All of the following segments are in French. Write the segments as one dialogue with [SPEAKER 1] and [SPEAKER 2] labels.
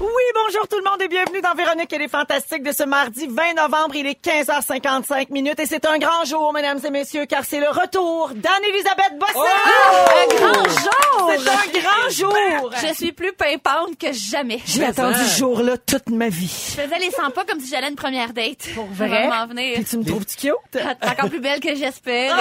[SPEAKER 1] Oui, bonjour tout le monde et bienvenue dans Véronique et les Fantastiques de ce mardi 20 novembre. Il est 15h55 minutes et c'est un grand jour, mesdames et messieurs, car c'est le retour d'Anne-Élisabeth Bossé.
[SPEAKER 2] Un grand jour!
[SPEAKER 1] C'est un grand jour!
[SPEAKER 2] Oh! Je suis plus pimpante que jamais.
[SPEAKER 1] J'ai attendu
[SPEAKER 2] hein?
[SPEAKER 1] ce jour-là toute ma vie.
[SPEAKER 2] Je faisais les 100 pas comme si j'allais à une première date. Pour
[SPEAKER 1] vrai?
[SPEAKER 2] m'en venir.
[SPEAKER 1] Puis tu me trouves-tu cute?
[SPEAKER 2] T'es encore plus belle que j'espère.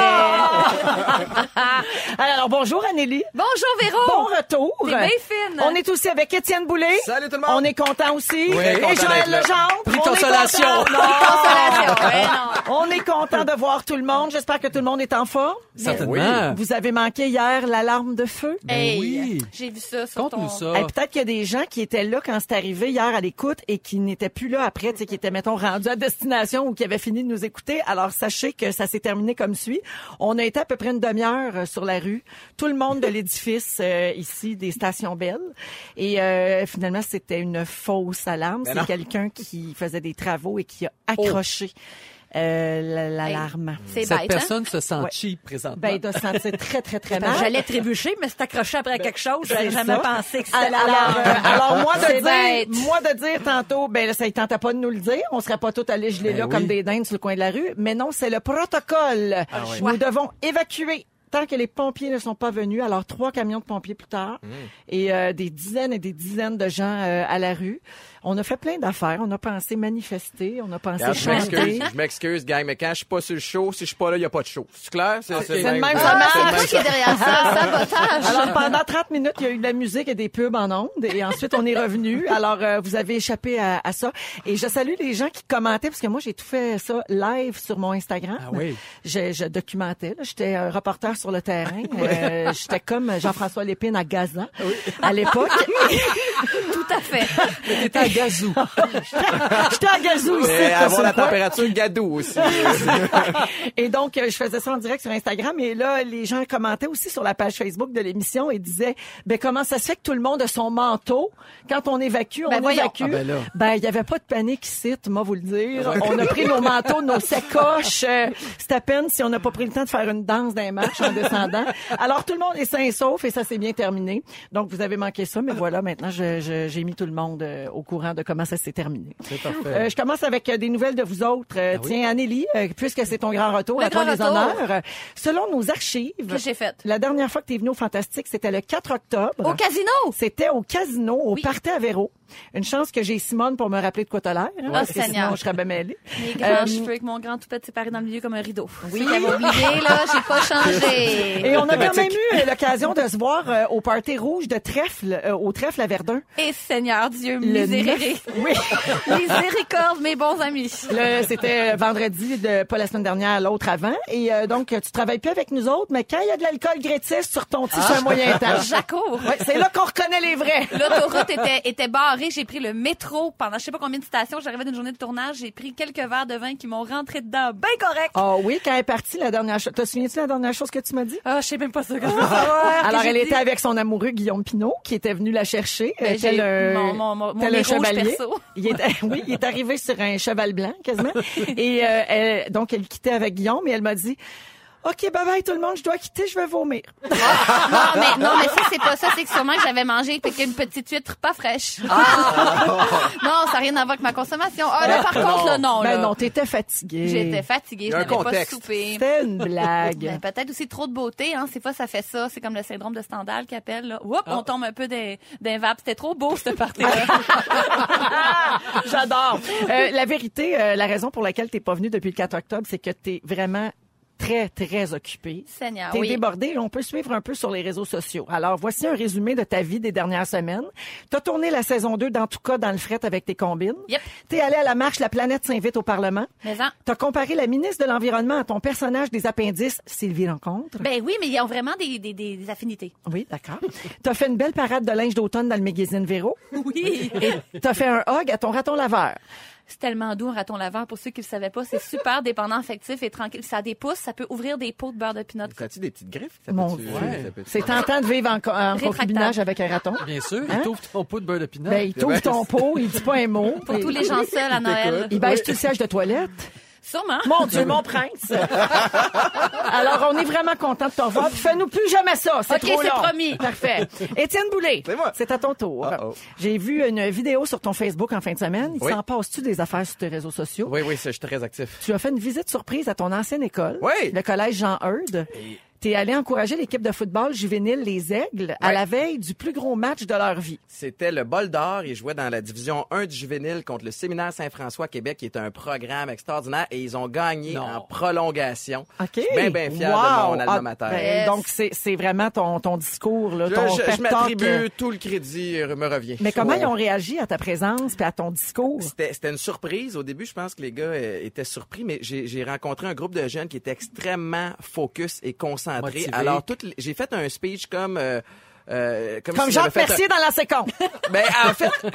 [SPEAKER 1] Alors, bonjour Anneli.
[SPEAKER 2] Bonjour Véro!
[SPEAKER 1] Bon retour.
[SPEAKER 2] Oh! T'es bien fine.
[SPEAKER 1] On est aussi avec Étienne Boulay.
[SPEAKER 3] Salut tout le monde.
[SPEAKER 1] On est content aussi.
[SPEAKER 3] très content
[SPEAKER 1] et Joël
[SPEAKER 3] d'être là.
[SPEAKER 1] Legendre. On
[SPEAKER 3] Prix
[SPEAKER 1] est
[SPEAKER 3] consolation.
[SPEAKER 1] content.
[SPEAKER 3] Prix
[SPEAKER 1] Non.
[SPEAKER 2] consolation, ouais, non.
[SPEAKER 1] On est content de voir tout le monde. J'espère que tout le monde est en forme.
[SPEAKER 3] Certainement.
[SPEAKER 1] Ben Vous avez manqué hier l'alarme de feu.
[SPEAKER 2] Hey,
[SPEAKER 3] oui.
[SPEAKER 2] J'ai vu ça sur ton...
[SPEAKER 3] Conte-nous ça.
[SPEAKER 1] Hey, Peut-être qu'il y a des gens qui étaient là quand c'est arrivé hier à l'écoute et qui n'étaient plus là après, tu sais, qui étaient, mettons, rendus à destination ou qui avaient fini de nous écouter. Alors, sachez que ça s'est terminé comme suit. On a été à peu près une demi-heure euh, sur la rue. Tout le monde de l'édifice euh, ici, des stations belles. Et euh, finalement, c'était une fausse alarme.
[SPEAKER 3] Ben
[SPEAKER 1] c'est
[SPEAKER 3] non.
[SPEAKER 1] quelqu'un qui faisait des travaux et qui a accroché euh, la- l'alarme.
[SPEAKER 2] C'est
[SPEAKER 4] Cette
[SPEAKER 2] bête, hein?
[SPEAKER 4] personne se sent
[SPEAKER 1] Ouais.
[SPEAKER 4] cheap présentement.
[SPEAKER 1] Ben, il doit se sentir très, très, très mal.
[SPEAKER 5] J'allais trébucher, mais c'est accroché après quelque chose. J'avais
[SPEAKER 1] C'est
[SPEAKER 5] jamais
[SPEAKER 1] ça.
[SPEAKER 5] pensé que c'était
[SPEAKER 1] Alors, euh, alors, moi de
[SPEAKER 2] C'est
[SPEAKER 1] dire,
[SPEAKER 2] bête.
[SPEAKER 1] moi de dire tantôt, ben là, ça ne tentait pas de nous le dire. On serait pas tous allés geler là
[SPEAKER 4] oui.
[SPEAKER 1] comme des dindes sur le coin de la rue. Mais non, c'est le protocole. Nous devons évacuer. Tant que les pompiers ne sont pas venus, alors trois camions de pompiers plus tard et euh, des dizaines et des dizaines de gens euh, à la rue. On a fait plein d'affaires. On a pensé manifester, on a pensé
[SPEAKER 3] Regarde, je
[SPEAKER 1] chanter.
[SPEAKER 3] m'excuse, je m'excuse, gang, mais quand je suis pas sur le show, si je suis pas là, il y a pas de show. C'est clair? C'est
[SPEAKER 1] c'est le même, ça
[SPEAKER 2] Ah,
[SPEAKER 1] marche.
[SPEAKER 2] c'est toi qui est derrière ça,
[SPEAKER 4] Ah,
[SPEAKER 2] sabotage.
[SPEAKER 1] Alors, pendant 30 minutes, il y a eu de la musique et des pubs en ondes. Et ensuite, on est revenu. Alors, euh, vous avez échappé à, à ça. Et je salue les gens qui commentaient, parce que moi, j'ai tout fait ça live sur mon Instagram.
[SPEAKER 4] Ah oui.
[SPEAKER 1] Je, je documentais. là. J'étais un reporter sur le terrain. Euh, J'étais comme Jean-François Lépine à Gazan à l'époque.
[SPEAKER 2] Tout à fait.
[SPEAKER 4] T'étais à Gazou.
[SPEAKER 1] J'étais Ah, à Gazou ici.
[SPEAKER 3] Et
[SPEAKER 1] t'as sur
[SPEAKER 3] avoir la
[SPEAKER 1] le coin.
[SPEAKER 3] température gadou aussi.
[SPEAKER 1] Et donc, euh, je faisais ça en direct sur Instagram. Et là, les gens commentaient aussi sur la page Facebook de l'émission et disaient, ben, comment ça se fait que tout le monde a son manteau quand on évacue,
[SPEAKER 2] Ben,
[SPEAKER 1] on
[SPEAKER 2] voyons.
[SPEAKER 1] évacue.
[SPEAKER 4] Ah, ben là.
[SPEAKER 1] ben, il y avait pas de panique ici, moi, vous le dire. On a pris nos manteaux, nos sacoches. Euh, C'est à peine si on n'a pas pris le temps de faire une danse d'un match en descendant. Alors, tout le monde est sain et sauf et ça s'est bien terminé. Donc, vous avez manqué ça, mais voilà, maintenant, je- je- j'ai mis tout le monde euh, au courant de comment ça s'est terminé. Euh, je commence avec euh, des nouvelles de vous autres. Euh,
[SPEAKER 4] Ah
[SPEAKER 1] Tiens, Anélie, euh, puisque c'est ton grand retour,
[SPEAKER 2] Le
[SPEAKER 1] à toi
[SPEAKER 2] grand
[SPEAKER 1] les
[SPEAKER 2] retour.
[SPEAKER 1] honneurs. Euh, Selon nos archives,
[SPEAKER 2] que j'ai fait?
[SPEAKER 1] la dernière fois que tu es venu au Fantastique, c'était le 4 octobre.
[SPEAKER 2] Au casino!
[SPEAKER 1] C'était au casino, au
[SPEAKER 2] Oui.
[SPEAKER 1] Parti à Véro. Une chance que j'ai Simone pour me rappeler de quoi t'as l'air. hein, parce que
[SPEAKER 2] Oh, Seigneur.
[SPEAKER 1] sinon, je serais bien mêlée.
[SPEAKER 2] Mes grands
[SPEAKER 1] Euh,
[SPEAKER 2] cheveux avec mon grand toupet séparé dans le milieu comme un rideau. Oui. J'avais oublié, là, j'ai pas changé.
[SPEAKER 1] Et on a quand même eu euh, l'occasion de se voir euh, au Parti Rouge de Trèfle, euh, au Trèfle à Verdun.
[SPEAKER 2] Et Seigneur Dieu,
[SPEAKER 1] Le
[SPEAKER 2] miséré.
[SPEAKER 1] neuf- Oui.
[SPEAKER 2] Miséricorde, mes bons amis.
[SPEAKER 1] Le- C'était euh, vendredi, de, pas la semaine dernière, l'autre avant. Et euh, donc, tu travailles plus avec nous autres, mais quand il y a de l'alcool gratis sur ton petit sur un
[SPEAKER 2] Ah.
[SPEAKER 1] moyen
[SPEAKER 3] Ah.
[SPEAKER 1] temps.
[SPEAKER 2] J'accours.
[SPEAKER 1] Ouais, c'est là qu'on reconnaît les vrais.
[SPEAKER 2] L'autoroute était, était barrée. J'ai pris le métro pendant je sais pas combien de stations. J'arrivais d'une journée de tournage. J'ai pris quelques verres de vin qui m'ont rentré dedans. Ben correct.
[SPEAKER 1] Ah oui, quand elle est partie, la dernière chose. Te souviens-tu la dernière chose que tu m'as dit?
[SPEAKER 2] Ah, je sais même pas ça. comment ça va.
[SPEAKER 1] Alors,
[SPEAKER 2] Ah, J'ai
[SPEAKER 1] elle
[SPEAKER 2] dit-
[SPEAKER 1] était avec son amoureux Guillaume Pinot, qui était venu la chercher.
[SPEAKER 2] Ben,
[SPEAKER 1] euh, tel
[SPEAKER 2] j'ai-
[SPEAKER 1] un-
[SPEAKER 2] mon- mon- mon- mon
[SPEAKER 1] tel un
[SPEAKER 2] nez rouge
[SPEAKER 1] chevalier.
[SPEAKER 2] perso.
[SPEAKER 1] Il est, oui, il est arrivé sur un cheval blanc, quasiment. et euh, elle- donc, elle quittait avec Guillaume et elle m'a dit, OK, bye bye tout le monde, je dois quitter, je vais vomir.
[SPEAKER 2] Non, mais, non, mais ça, c'est pas ça. C'est que sûrement que j'avais mangé puis qu'une petite huître pas fraîche. non, ça n'a rien à voir avec ma consommation. Ah, là, par contre, là, non,
[SPEAKER 1] Ah! ben
[SPEAKER 2] là.
[SPEAKER 1] non, t'étais fatiguée.
[SPEAKER 2] J'étais fatiguée.
[SPEAKER 3] Il y
[SPEAKER 2] Je
[SPEAKER 3] a un
[SPEAKER 2] n'avais pas
[SPEAKER 3] contexte.
[SPEAKER 2] soupé.
[SPEAKER 1] C'était une blague.
[SPEAKER 2] Ben, peut-être aussi trop de beauté, hein. Ces fois, ça fait ça. C'est comme le syndrome de Stendhal qui appelle, là. Oups,
[SPEAKER 1] Ah.
[SPEAKER 2] on tombe un peu d'un d'un vape. C'était trop beau, Ah, cette partie-là.
[SPEAKER 1] J'adore. Euh, la vérité, euh, la raison pour laquelle t'es pas venu depuis le 4 octobre, c'est que t'es vraiment très, très occupé.
[SPEAKER 2] Seigneur,
[SPEAKER 1] T'es
[SPEAKER 2] Ah oui.
[SPEAKER 1] débordé et on peut suivre un peu sur les réseaux sociaux. Alors, voici un résumé de ta vie des dernières semaines. T'as tourné la saison 2 dans tout cas dans le fret avec tes combines.
[SPEAKER 2] Yep.
[SPEAKER 1] T'es allé à la marche La planète s'invite au Parlement.
[SPEAKER 2] Mais en-
[SPEAKER 1] T'as comparé la ministre de l'Environnement à ton personnage des appendices, Sylvie Rencontre.
[SPEAKER 2] Ben oui, mais ils ont vraiment des, des, des- des affinités.
[SPEAKER 1] Oui, d'accord. T'as fait une belle parade de linge d'automne dans le magazine Véro.
[SPEAKER 2] Oui.
[SPEAKER 1] T'as fait un hug à ton raton laveur.
[SPEAKER 2] C'est tellement doux un raton laveur. Pour ceux qui le savaient pas, c'est super dépendant affectif et tranquille. Ça dépousse, ça peut ouvrir des pots de beurre de pinot.
[SPEAKER 3] T'as-tu des petites griffes? Ça
[SPEAKER 1] Mon
[SPEAKER 3] peut-tu-
[SPEAKER 1] Dieu.
[SPEAKER 3] ça peut-tu-
[SPEAKER 1] C'est tentant de vivre en, co- en
[SPEAKER 2] Rétractable.
[SPEAKER 1] concubinage avec un raton. Ben,
[SPEAKER 4] Bien sûr,
[SPEAKER 1] Hein?
[SPEAKER 4] il t'ouvre ton pot de beurre de pinot.
[SPEAKER 1] Ben, il t'ouvre ton pot, il dit pas un mot.
[SPEAKER 2] Pour
[SPEAKER 1] Et-
[SPEAKER 2] tous les gens seuls à Noël.
[SPEAKER 1] Il baisse tout le siège de toilette.
[SPEAKER 2] Sûrement.
[SPEAKER 1] Mon Dieu, mon prince. Alors, on est vraiment content de te revoir. Puis Fais-nous plus jamais ça. C'est
[SPEAKER 2] OK,
[SPEAKER 1] trop
[SPEAKER 2] c'est
[SPEAKER 1] long.
[SPEAKER 2] promis.
[SPEAKER 1] Parfait. Étienne Boulay,
[SPEAKER 3] C'est moi.
[SPEAKER 1] à ton tour.
[SPEAKER 3] Uh-oh.
[SPEAKER 1] J'ai vu une vidéo sur ton Facebook en fin de semaine. Il
[SPEAKER 3] Oui.
[SPEAKER 1] s'en passe-tu des affaires sur tes réseaux sociaux?
[SPEAKER 3] Oui, oui, ça, je suis très actif.
[SPEAKER 1] Tu as fait une visite surprise à ton ancienne école,
[SPEAKER 3] Oui.
[SPEAKER 1] le collège Jean Eudes. Tu es allé encourager l'équipe de football juvénile Les Aigles à
[SPEAKER 3] Ouais.
[SPEAKER 1] la veille du plus gros match de leur vie.
[SPEAKER 3] C'était le bol d'or. Ils jouaient dans la division 1 du juvénile contre le séminaire Saint-François Québec, qui est un programme extraordinaire, et ils ont gagné en prolongation. Je suis bien, bien fier
[SPEAKER 1] Wow.
[SPEAKER 3] Ben, de mon
[SPEAKER 1] Ah,
[SPEAKER 3] alma mater.
[SPEAKER 1] ben,
[SPEAKER 2] Yes.
[SPEAKER 1] Donc, c'est c'est vraiment ton, ton discours, là,
[SPEAKER 3] Je,
[SPEAKER 1] ton
[SPEAKER 3] je- je
[SPEAKER 1] pep talk, euh.
[SPEAKER 3] m'attribue tout le crédit, euh, me revient.
[SPEAKER 1] Mais comment
[SPEAKER 3] Ouais.
[SPEAKER 1] ils ont réagi à ta présence puis à ton discours?
[SPEAKER 3] C'était, c'était une surprise. Au début, je pense que les gars euh, étaient surpris, mais j'ai, j'ai rencontré un groupe de jeunes qui étaient extrêmement focus et concentrés.
[SPEAKER 4] Motivés.
[SPEAKER 3] Alors, toutes les- j'ai fait un speech comme... euh, euh, comme
[SPEAKER 1] Comme
[SPEAKER 3] si
[SPEAKER 1] Jacques
[SPEAKER 3] j'avais fait un-
[SPEAKER 1] Mercier dans la Ah séconde.
[SPEAKER 3] Ben, en fait... comme-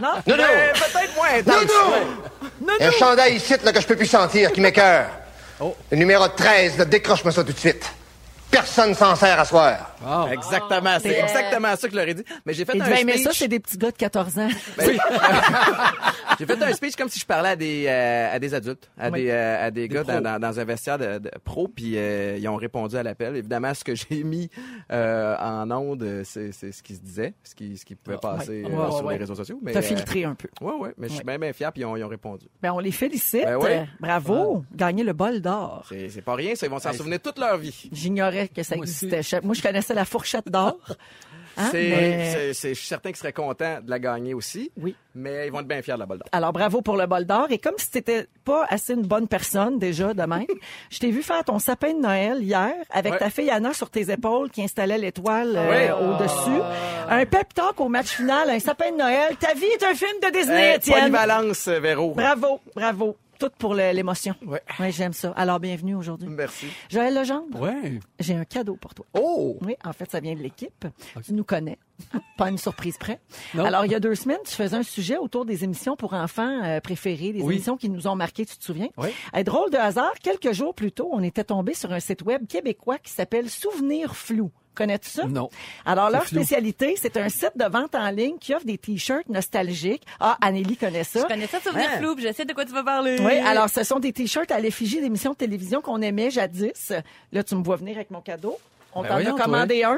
[SPEAKER 6] Non, non!
[SPEAKER 3] Euh, peut-être moins intense.
[SPEAKER 6] Il y a un chandail ici là, que je peux plus sentir, qui m'écœure. Le numéro 13, là, décroche-moi ça tout de suite. Personne s'en sert à soir.
[SPEAKER 1] Ah.
[SPEAKER 3] Exactement, c'est
[SPEAKER 1] euh,
[SPEAKER 3] exactement ça que je leur ai dit. Mais j'ai fait
[SPEAKER 1] Et
[SPEAKER 3] un
[SPEAKER 1] tu ben, mais
[SPEAKER 3] speech. Ben,
[SPEAKER 1] ça, c'est des petits gars de 14 ans.
[SPEAKER 3] J'ai fait un speech comme si je parlais à des euh, à des adultes, à
[SPEAKER 1] Oui.
[SPEAKER 3] des euh, à des, gars dans,
[SPEAKER 4] pros.
[SPEAKER 3] dans, dans un vestiaire de, de pro, puis euh, ils ont répondu à l'appel. Évidemment, ce que j'ai mis euh, en onde, euh, c'est c'est ce qui se disait, ce qui ce qui pouvait passer
[SPEAKER 1] Ouais,
[SPEAKER 3] euh,
[SPEAKER 1] ouais,
[SPEAKER 3] sur
[SPEAKER 1] ouais.
[SPEAKER 3] les réseaux sociaux. Mais
[SPEAKER 1] T'as
[SPEAKER 3] euh,
[SPEAKER 1] filtré un peu.
[SPEAKER 3] Ouais, ouais, mais je suis bien, bien fier, puis ils ont, ils ont répondu.
[SPEAKER 1] Ben, on les félicite.
[SPEAKER 3] Ben ouais. Ah.
[SPEAKER 1] Euh, Bravo. Gagner le bol d'or.
[SPEAKER 3] C'est c'est pas rien, ça, ils vont s'en souvenir toute leur vie.
[SPEAKER 1] J'ignorais que ça
[SPEAKER 4] Moi aussi.
[SPEAKER 1] existait. Je- Moi, je connaissais la fourchette d'or. Hein,
[SPEAKER 3] c'est,
[SPEAKER 1] mais-
[SPEAKER 3] c'est- c'est- je suis certain qu'ils seraient contents de la gagner aussi.
[SPEAKER 1] Oui.
[SPEAKER 3] Mais ils vont être bien fiers de la balle d'or.
[SPEAKER 1] Alors, bravo pour le bol d'or. Et comme si t'étais pas assez une bonne personne, déjà, de même, je t'ai vu faire ton sapin de Noël hier avec
[SPEAKER 3] Ouais. Ah
[SPEAKER 1] ta fille Anna sur tes épaules qui installait l'étoile euh,
[SPEAKER 3] Ouais. Ah.
[SPEAKER 1] au-dessus. Un pep talk au match final, un sapin de Noël. Ta vie est un film de Disney,
[SPEAKER 3] Hey,
[SPEAKER 1] Étienne.
[SPEAKER 3] polyvalence, euh, Véro.
[SPEAKER 1] Bravo, bravo. Tout pour le- l'émotion. Oui,
[SPEAKER 3] Ouais.
[SPEAKER 1] j'aime ça. Alors, bienvenue aujourd'hui.
[SPEAKER 3] Merci.
[SPEAKER 1] Joël Legendre,
[SPEAKER 3] Eh ben,
[SPEAKER 4] Ouais.
[SPEAKER 1] j'ai un cadeau pour toi.
[SPEAKER 3] Oh!
[SPEAKER 1] Oui, en fait, ça vient de l'équipe. Tu nous connais. Pas une surprise près.
[SPEAKER 4] Non.
[SPEAKER 1] Alors, il y a deux semaines, tu faisais un sujet autour des émissions pour enfants euh, préférées, des
[SPEAKER 4] Oui.
[SPEAKER 1] émissions qui nous ont marquées, tu te souviens?
[SPEAKER 4] Oui.
[SPEAKER 1] Euh, drôle de hasard, quelques jours plus tôt, on était tombé sur un site web québécois qui s'appelle Souvenirs Flous. Connais-tu ça?
[SPEAKER 4] Non.
[SPEAKER 1] Alors, leur
[SPEAKER 4] flou.
[SPEAKER 1] spécialité, c'est un site de vente en ligne qui offre des T-shirts nostalgiques. Ah, Anélie connaît ça.
[SPEAKER 5] Je connais ça, souvenir
[SPEAKER 3] Hein?
[SPEAKER 5] flou, puis je sais de quoi tu vas parler.
[SPEAKER 1] Oui, alors ce sont des t-shirts à l'effigie d'émissions de télévision qu'on aimait jadis. Là, tu me vois venir avec mon cadeau. On
[SPEAKER 4] Ben
[SPEAKER 1] t'en
[SPEAKER 4] voyons,
[SPEAKER 1] a commandé un.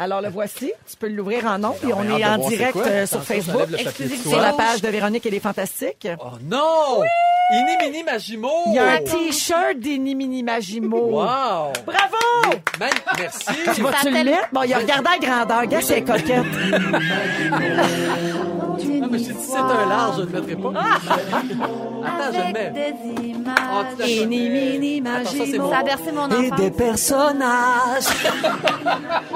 [SPEAKER 1] Alors le voici, tu peux l'ouvrir en nom,
[SPEAKER 4] Ben
[SPEAKER 1] puis on
[SPEAKER 3] hâte
[SPEAKER 1] est
[SPEAKER 3] de
[SPEAKER 1] en
[SPEAKER 3] voir c'est
[SPEAKER 1] direct
[SPEAKER 3] quoi.
[SPEAKER 1] euh, sur
[SPEAKER 4] Attention,
[SPEAKER 1] Facebook,
[SPEAKER 4] j'enlève le papier de
[SPEAKER 5] Exclusivité.
[SPEAKER 1] sur
[SPEAKER 4] soie.
[SPEAKER 1] la page de Véronique et les Fantastiques.
[SPEAKER 4] Oh non! Inimini Magimo!
[SPEAKER 1] Il y a un t-shirt des Mini Magimo.
[SPEAKER 4] Wow!
[SPEAKER 1] Bravo!
[SPEAKER 4] Man- Merci!
[SPEAKER 1] Ah, Tu vas-tu le
[SPEAKER 2] tellement-
[SPEAKER 1] mettre? Bon, il a regardé à grandeur. Gars, c'est coquette.
[SPEAKER 4] Ah, mais j'ai dit, c'est un large, je ne le mettrai pas.
[SPEAKER 1] Ah!
[SPEAKER 4] Attends, je le
[SPEAKER 2] Avec
[SPEAKER 4] mets.
[SPEAKER 2] des
[SPEAKER 4] Ah, tu
[SPEAKER 2] images.
[SPEAKER 4] l'as
[SPEAKER 1] Des Mini
[SPEAKER 4] Attends, ça, c'est
[SPEAKER 1] Magimo.
[SPEAKER 4] bon.
[SPEAKER 2] Ça a bercé mon enfance.
[SPEAKER 1] personnages.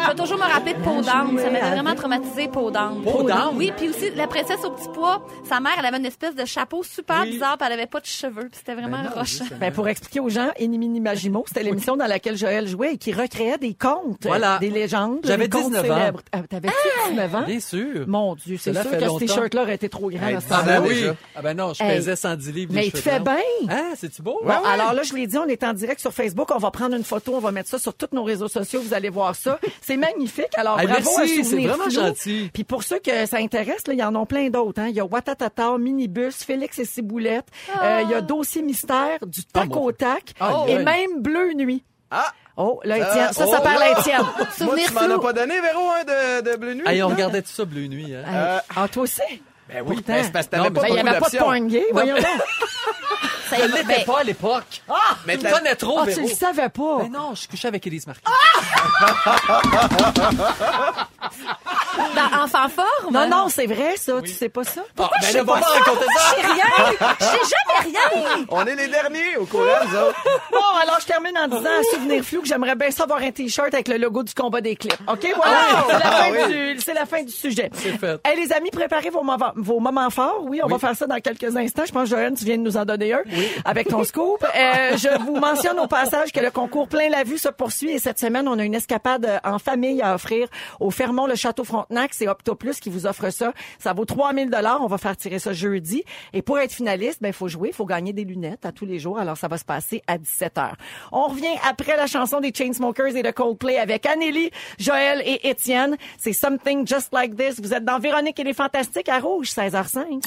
[SPEAKER 2] Je vais toujours me rappeler de Peau d'âme. Ça m'avait vraiment traumatisé, Peau d'âme.
[SPEAKER 4] Peau d'âme?
[SPEAKER 2] Oui, puis aussi, la princesse au petit pois, sa mère, elle avait une espèce de chapeau super
[SPEAKER 4] Oui.
[SPEAKER 2] bizarre, puis elle avait pas de cheveux, puis c'était vraiment rochant.
[SPEAKER 1] Ben, pour expliquer aux gens, Inimini Magimo, c'était l'émission dans laquelle Joël jouait et qui recréait des contes,
[SPEAKER 4] Voilà.
[SPEAKER 1] euh, des légendes.
[SPEAKER 4] J'avais
[SPEAKER 1] des contes
[SPEAKER 4] 19 ans.
[SPEAKER 1] célèbres. Ah, T'avais-tu 19 ans?
[SPEAKER 4] Bien sûr.
[SPEAKER 1] Mon Dieu, c'est
[SPEAKER 4] Cela
[SPEAKER 1] sûr
[SPEAKER 4] fait
[SPEAKER 1] que ce
[SPEAKER 4] longtemps.
[SPEAKER 1] t-shirt-là aurait été trop grand
[SPEAKER 3] Hey,
[SPEAKER 1] à ce
[SPEAKER 3] Ah,
[SPEAKER 4] Ah,
[SPEAKER 1] temps-là.
[SPEAKER 3] ben
[SPEAKER 4] ben
[SPEAKER 3] oui.
[SPEAKER 4] oui. Ah, ben non, je
[SPEAKER 1] Hey.
[SPEAKER 4] pesais 110 livres.
[SPEAKER 1] Mais
[SPEAKER 4] les
[SPEAKER 1] il te
[SPEAKER 4] cheveux
[SPEAKER 1] fait
[SPEAKER 4] blancs.
[SPEAKER 1] bien.
[SPEAKER 4] Ah, c'est-tu beau?
[SPEAKER 1] Bon, alors là, je l'ai dit, on est en direct sur Facebook. On va prendre une photo, on va mettre ça sur tous nos réseaux sociaux. Vous allez voir ça. C'est magnifique. Alors,
[SPEAKER 4] Ah,
[SPEAKER 1] bravo à
[SPEAKER 4] merci, c'est
[SPEAKER 1] Souvenir
[SPEAKER 4] vraiment
[SPEAKER 1] Flou.
[SPEAKER 4] gentil.
[SPEAKER 1] Puis pour ceux que ça intéresse, là, il y en a plein d'autres. Hein. Il y a Watatata, Minibus, Félix et Ciboulette. Euh, il y a Dossier Mystère, du tac
[SPEAKER 4] mon-
[SPEAKER 1] au tac.
[SPEAKER 4] Ah,
[SPEAKER 1] et
[SPEAKER 4] ouais.
[SPEAKER 1] même Bleu Nuit.
[SPEAKER 3] Ah!
[SPEAKER 1] Oh, là,
[SPEAKER 3] Ça-
[SPEAKER 1] Étienne. Ça, ça
[SPEAKER 3] oh,
[SPEAKER 1] parle à
[SPEAKER 3] là.
[SPEAKER 1] Étienne.
[SPEAKER 3] Moi,
[SPEAKER 2] Souvenir
[SPEAKER 3] tu m'en as
[SPEAKER 2] flou.
[SPEAKER 3] pas donné, Véro, hein, de, de Bleu Nuit?
[SPEAKER 4] Hey, on regardait tout ça bleu nuit. Hein?
[SPEAKER 1] Euh, Ah, toi aussi? Ben oui.
[SPEAKER 3] Ben, c'est parce que
[SPEAKER 4] Non,
[SPEAKER 3] t'avais
[SPEAKER 4] mais
[SPEAKER 3] pas
[SPEAKER 1] il n'y
[SPEAKER 3] beaucoup
[SPEAKER 1] avait pas de
[SPEAKER 3] d'options.
[SPEAKER 1] point gay, voyons donc.
[SPEAKER 4] Je
[SPEAKER 2] Ça y
[SPEAKER 4] ne
[SPEAKER 2] est,
[SPEAKER 4] l'étais
[SPEAKER 2] ben,
[SPEAKER 4] pas à l'époque. Ah! Mais tu
[SPEAKER 3] la-
[SPEAKER 4] me connais trop,
[SPEAKER 1] Ah, tu
[SPEAKER 3] oh.
[SPEAKER 4] Véro.
[SPEAKER 1] le Ah, savais
[SPEAKER 3] Ben
[SPEAKER 1] pas.
[SPEAKER 4] Mais Ben non, je couchais avec Élise Marquis.
[SPEAKER 2] dans enfant forme.
[SPEAKER 1] Ah, Non, non, c'est vrai, ça. Tu sais pas ça?
[SPEAKER 4] Ah, ben, ne pas raconter ça!
[SPEAKER 2] Je sais jamais rien.
[SPEAKER 3] On est les derniers au courant, nous autres.
[SPEAKER 1] Bon, alors je termine en disant à souvenir flou que j'aimerais bien savoir un t-shirt avec le logo du combat des clips. OK, voilà. c'est, la fin du, c'est la fin du sujet. Ah, C'est
[SPEAKER 4] fait.
[SPEAKER 1] Hey, les amis, préparez vos, moments- vos moments forts. Oui, on va faire ça dans quelques instants. Je pense, Joanne, tu viens de nous en donner un avec ton scoop. Euh, je vous mentionne au passage que le concours Plein la vue se poursuit et cette semaine, on a une escapade euh, en famille à offrir au Fermont, le Château Frontenac. C'est OptoPlus qui vous offre ça. Ça vaut 3000 dollars. On va faire tirer ça jeudi. Et pour être finaliste, ben, faut jouer, faut gagner des lunettes à tous les jours. Alors, ça va se passer à 17 h. On revient après la chanson des Chainsmokers et de Coldplay avec Anneli, Joël et Étienne. C'est Something Just Like This. Vous êtes dans Véronique et les Fantastiques à Rouge, 16h05.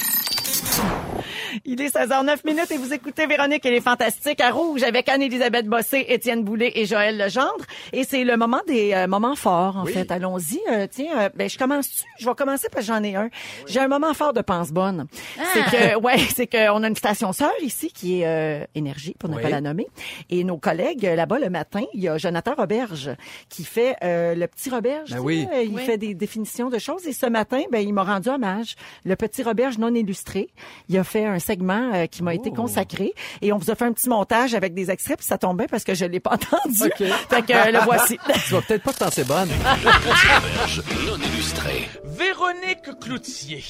[SPEAKER 1] Il est 16h09 minutes et vous écoutez Véronique et les Fantastiques à Rouge avec Anne-Élisabeth Bossé, Étienne Boulay et Joël Legendre. Et c'est le moment des euh, moments forts, en fait. Allons-y. Euh, tiens, euh, ben, je commence-tu? Je vais commencer parce que j'en ai un. J'ai un moment fort de pense bonne. C'est que, ouais, c'est qu'on a une station sœur ici qui est euh, Énergie, pour ne
[SPEAKER 4] Oui.
[SPEAKER 1] pas la nommer. Et nos collègues, euh, là-bas, le matin, il y a Jonathan Roberge qui fait euh, le petit Roberge.
[SPEAKER 4] Ben
[SPEAKER 1] tu
[SPEAKER 4] oui.
[SPEAKER 1] sais, euh, il
[SPEAKER 2] Oui.
[SPEAKER 1] fait des définitions de choses. Et ce matin, ben, il m'a rendu hommage. Le petit Roberge non illustré. Il a fait un segment euh, qui m'a été consacré. Et on vous a fait un petit montage avec des extraits. Puis ça tombait parce que je l'ai pas entendu.
[SPEAKER 4] OK.
[SPEAKER 1] Fait que euh, le voici.
[SPEAKER 4] Tu vas peut-être pas te penser bonne.
[SPEAKER 7] non illustré.
[SPEAKER 8] Véronique Cloutier.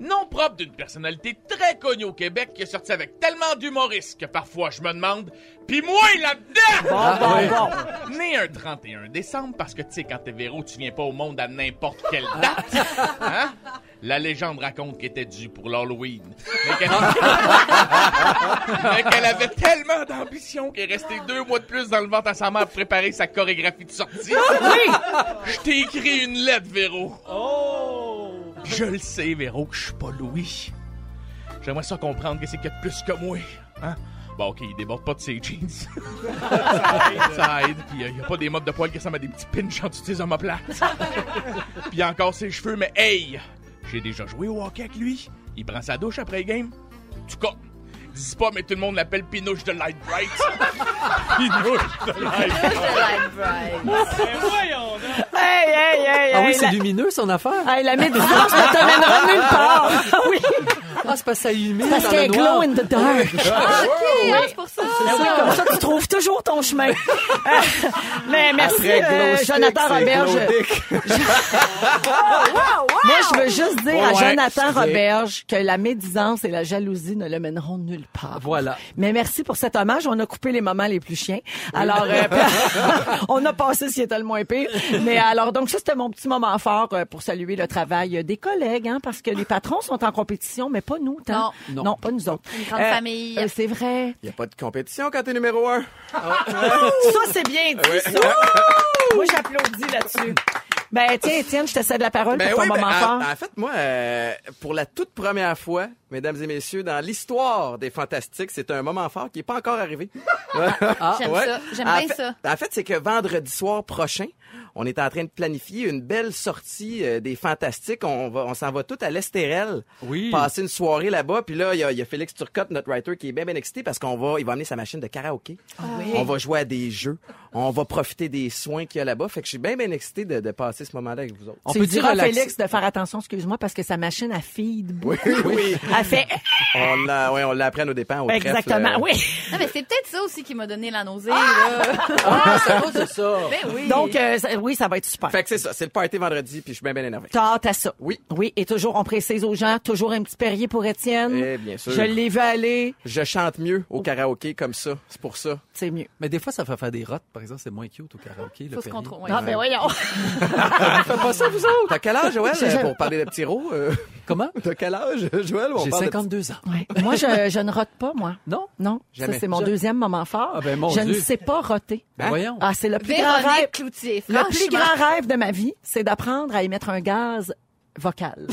[SPEAKER 8] Nom propre d'une personnalité très connue au Québec qui est sortie avec tellement d'humoristes que parfois je me demande, pis moi là-dedans!
[SPEAKER 1] Ah
[SPEAKER 8] Né un 31 décembre, parce que tu sais, quand t'es Véro, tu viens pas au monde à n'importe quelle date. Hein? La légende raconte qu'elle était due pour l'Halloween. Mais qu'elle Mais qu'elle avait tellement d'ambition qu'elle est restée deux mois de plus dans le ventre à sa mère pour préparer sa chorégraphie de sortie. Oui! Je t'ai écrit une lettre, Véro. Je le sais, Véro, que je suis pas Louis. J'aimerais ça comprendre que c'est que de plus que moi. Hein? Bon, ok, il déborde pas de ses jeans. ça aide, ça aide. Puis il y a pas des mobs de poils qui ressemblent à des petits pinches en dessous de ses omoplates. Puis encore ses cheveux, mais hey! J'ai déjà joué au hockey avec lui. Il prend sa douche après le game. En tout cas, dis pas, mais tout le monde l'appelle Pinouche de Light Bright. Pinouche de Light Bright.
[SPEAKER 1] hey, hey, hey,
[SPEAKER 4] Ah oui,
[SPEAKER 1] hey,
[SPEAKER 4] c'est
[SPEAKER 1] la-
[SPEAKER 4] lumineux, son affaire?
[SPEAKER 1] Hey, la médisance ne te mènera nulle part. Ah oui,
[SPEAKER 4] Ah, c'est parce que ça illumine
[SPEAKER 1] parce
[SPEAKER 4] dans le
[SPEAKER 1] qu'elle glow
[SPEAKER 4] noir.
[SPEAKER 1] in the dark.
[SPEAKER 2] Ah, OK, ah, c'est pour ça.
[SPEAKER 1] Ah oui, comme ça, tu trouves toujours ton chemin. Euh, Mais merci,
[SPEAKER 3] Après glow
[SPEAKER 1] euh,
[SPEAKER 3] stick,
[SPEAKER 1] Jonathan
[SPEAKER 3] c'est
[SPEAKER 1] Roberge.
[SPEAKER 3] glow dick.
[SPEAKER 1] Moi, je veux juste dire à
[SPEAKER 3] Ouais,
[SPEAKER 1] Jonathan
[SPEAKER 3] c'est vrai.
[SPEAKER 1] Roberge que la médisance et la jalousie ne le mèneront nulle part.
[SPEAKER 4] Voilà.
[SPEAKER 1] Mais merci pour cet hommage. On a coupé les moments les plus chiens. Alors, euh, on a passé ce qui était le moins pire. Mais alors, donc ça, c'était mon petit moment fort euh, pour saluer le travail euh, des collègues, hein, parce que les patrons sont en compétition, mais pas nous. tant.
[SPEAKER 4] Non. Non.
[SPEAKER 1] pas nous autres. Une
[SPEAKER 2] grande famille.
[SPEAKER 1] c'est vrai.
[SPEAKER 3] Il n'y a pas de compétition quand t'es numéro un.
[SPEAKER 1] Ça, c'est bien dit, ça. Moi, j'applaudis là-dessus. Ben, tiens, Étienne, je te cède la parole
[SPEAKER 3] Ben
[SPEAKER 1] pour ton
[SPEAKER 3] oui, ben,
[SPEAKER 1] moment fort.
[SPEAKER 3] en, en fait, moi, euh, pour la toute première fois, mesdames et messieurs, dans l'histoire des Fantastiques, c'est un moment fort qui n'est pas encore arrivé.
[SPEAKER 2] J'aime ça. J'aime
[SPEAKER 3] En
[SPEAKER 2] bien
[SPEAKER 3] Ah, fait-
[SPEAKER 2] ça.
[SPEAKER 3] En fait, c'est que vendredi soir prochain, on est en train de planifier une belle sortie euh, des Fantastiques. On, va, on s'en va tout à l'Estérel.
[SPEAKER 4] Oui.
[SPEAKER 3] Passer une soirée là-bas. Puis là, il y, a- il y a Félix Turcotte, notre writer, qui est bien, bien excité parce qu'on va, il va amener sa machine de karaoké.
[SPEAKER 4] Ah
[SPEAKER 3] On va jouer à des jeux. On va profiter des soins qu'il y a là-bas. Fait que je suis bien, bien excité de, de passer ce moment-là avec vous autres.
[SPEAKER 4] On
[SPEAKER 1] tu
[SPEAKER 4] peut dire
[SPEAKER 1] diras à
[SPEAKER 4] relaxer.
[SPEAKER 1] Félix de faire attention, excuse-moi, parce que sa machine, elle feed beaucoup.
[SPEAKER 3] oui.
[SPEAKER 1] Elle fait...
[SPEAKER 3] On l'a, ouais, on l'apprend aux dépens. Au trèfle,
[SPEAKER 1] Exactement,
[SPEAKER 3] euh,
[SPEAKER 1] oui.
[SPEAKER 2] Non, mais c'est peut-être ça aussi qui m'a donné la nausée, là.
[SPEAKER 4] Ah, c'est bon, c'est ça.
[SPEAKER 2] Ben oui.
[SPEAKER 1] Donc, euh, ça- oui, ça va être super.
[SPEAKER 3] Fait que c'est ça. C'est le party vendredi, puis je suis bien, bien énervé.
[SPEAKER 1] T'as hâte à ça.
[SPEAKER 3] Oui.
[SPEAKER 1] Oui, et toujours, on précise aux gens, toujours un petit Perrier pour Étienne.
[SPEAKER 3] Eh bien sûr.
[SPEAKER 1] Je l'ai vu aller,
[SPEAKER 3] Je chante mieux au karaoké comme ça. C'est pour ça.
[SPEAKER 1] c'est mieux.
[SPEAKER 4] Mais des fois, ça fait faire des rotes. Par exemple, c'est moins cute au karaoké. le
[SPEAKER 2] faut se
[SPEAKER 4] Perrier.
[SPEAKER 2] contrôler.
[SPEAKER 1] Ah, ben voyons.
[SPEAKER 3] Fais pas ça, vous autres. T'as quel âge, Joël, euh, pour parler de petits rots? euh,
[SPEAKER 4] Comment?
[SPEAKER 3] T'as quel âge, Joël? on
[SPEAKER 4] J'ai
[SPEAKER 3] parle de
[SPEAKER 4] 52 ans.
[SPEAKER 1] Ouais. Moi, je, je ne rote pas, moi.
[SPEAKER 4] Non?
[SPEAKER 1] Non,
[SPEAKER 3] Jamais.
[SPEAKER 1] ça, c'est mon
[SPEAKER 4] Je-
[SPEAKER 1] deuxième moment fort.
[SPEAKER 4] Ah, ben, mon
[SPEAKER 1] je ne
[SPEAKER 4] Dieu.
[SPEAKER 1] sais pas roter.
[SPEAKER 4] Ben, voyons.
[SPEAKER 1] Ah, c'est le plus grand rêve.
[SPEAKER 2] Véronique Cloutier,
[SPEAKER 1] Le plus
[SPEAKER 2] franchement.
[SPEAKER 1] grand rêve de ma vie, c'est d'apprendre à émettre un gaz vocal.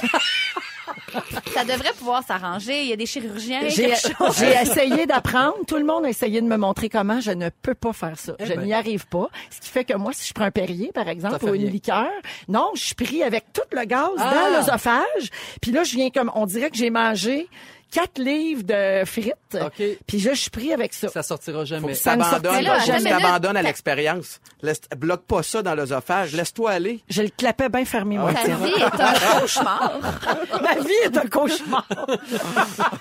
[SPEAKER 2] Ça devrait pouvoir s'arranger. Il y a des chirurgiens.
[SPEAKER 1] J'ai j'ai essayé d'apprendre. Tout le monde a essayé de me montrer comment. Je ne peux pas faire ça. je
[SPEAKER 4] ben.
[SPEAKER 1] n'y arrive pas. Ce qui fait que moi, si je prends un Perrier, par exemple,
[SPEAKER 4] fait
[SPEAKER 1] ou une
[SPEAKER 4] rien.
[SPEAKER 1] liqueur, non, je suis pris avec tout le gaz
[SPEAKER 4] Ah!
[SPEAKER 1] dans l'œsophage. Puis là, je viens comme, on dirait que j'ai mangé quatre livres de frites.
[SPEAKER 4] OK.
[SPEAKER 1] Puis là, je suis pris avec ça.
[SPEAKER 4] Ça sortira jamais.
[SPEAKER 3] Ça
[SPEAKER 1] me
[SPEAKER 3] abandonne,
[SPEAKER 1] sortait là,
[SPEAKER 3] juste
[SPEAKER 2] jamais là.
[SPEAKER 3] t'abandonnes à l'expérience. Laisse, bloque pas ça dans l'œsophage. Laisse-toi aller.
[SPEAKER 1] Je le clapais bien fermé, moi.
[SPEAKER 2] Ah Ta
[SPEAKER 1] tiens.
[SPEAKER 2] vie est un cauchemar.
[SPEAKER 1] Ma vie est un cauchemar.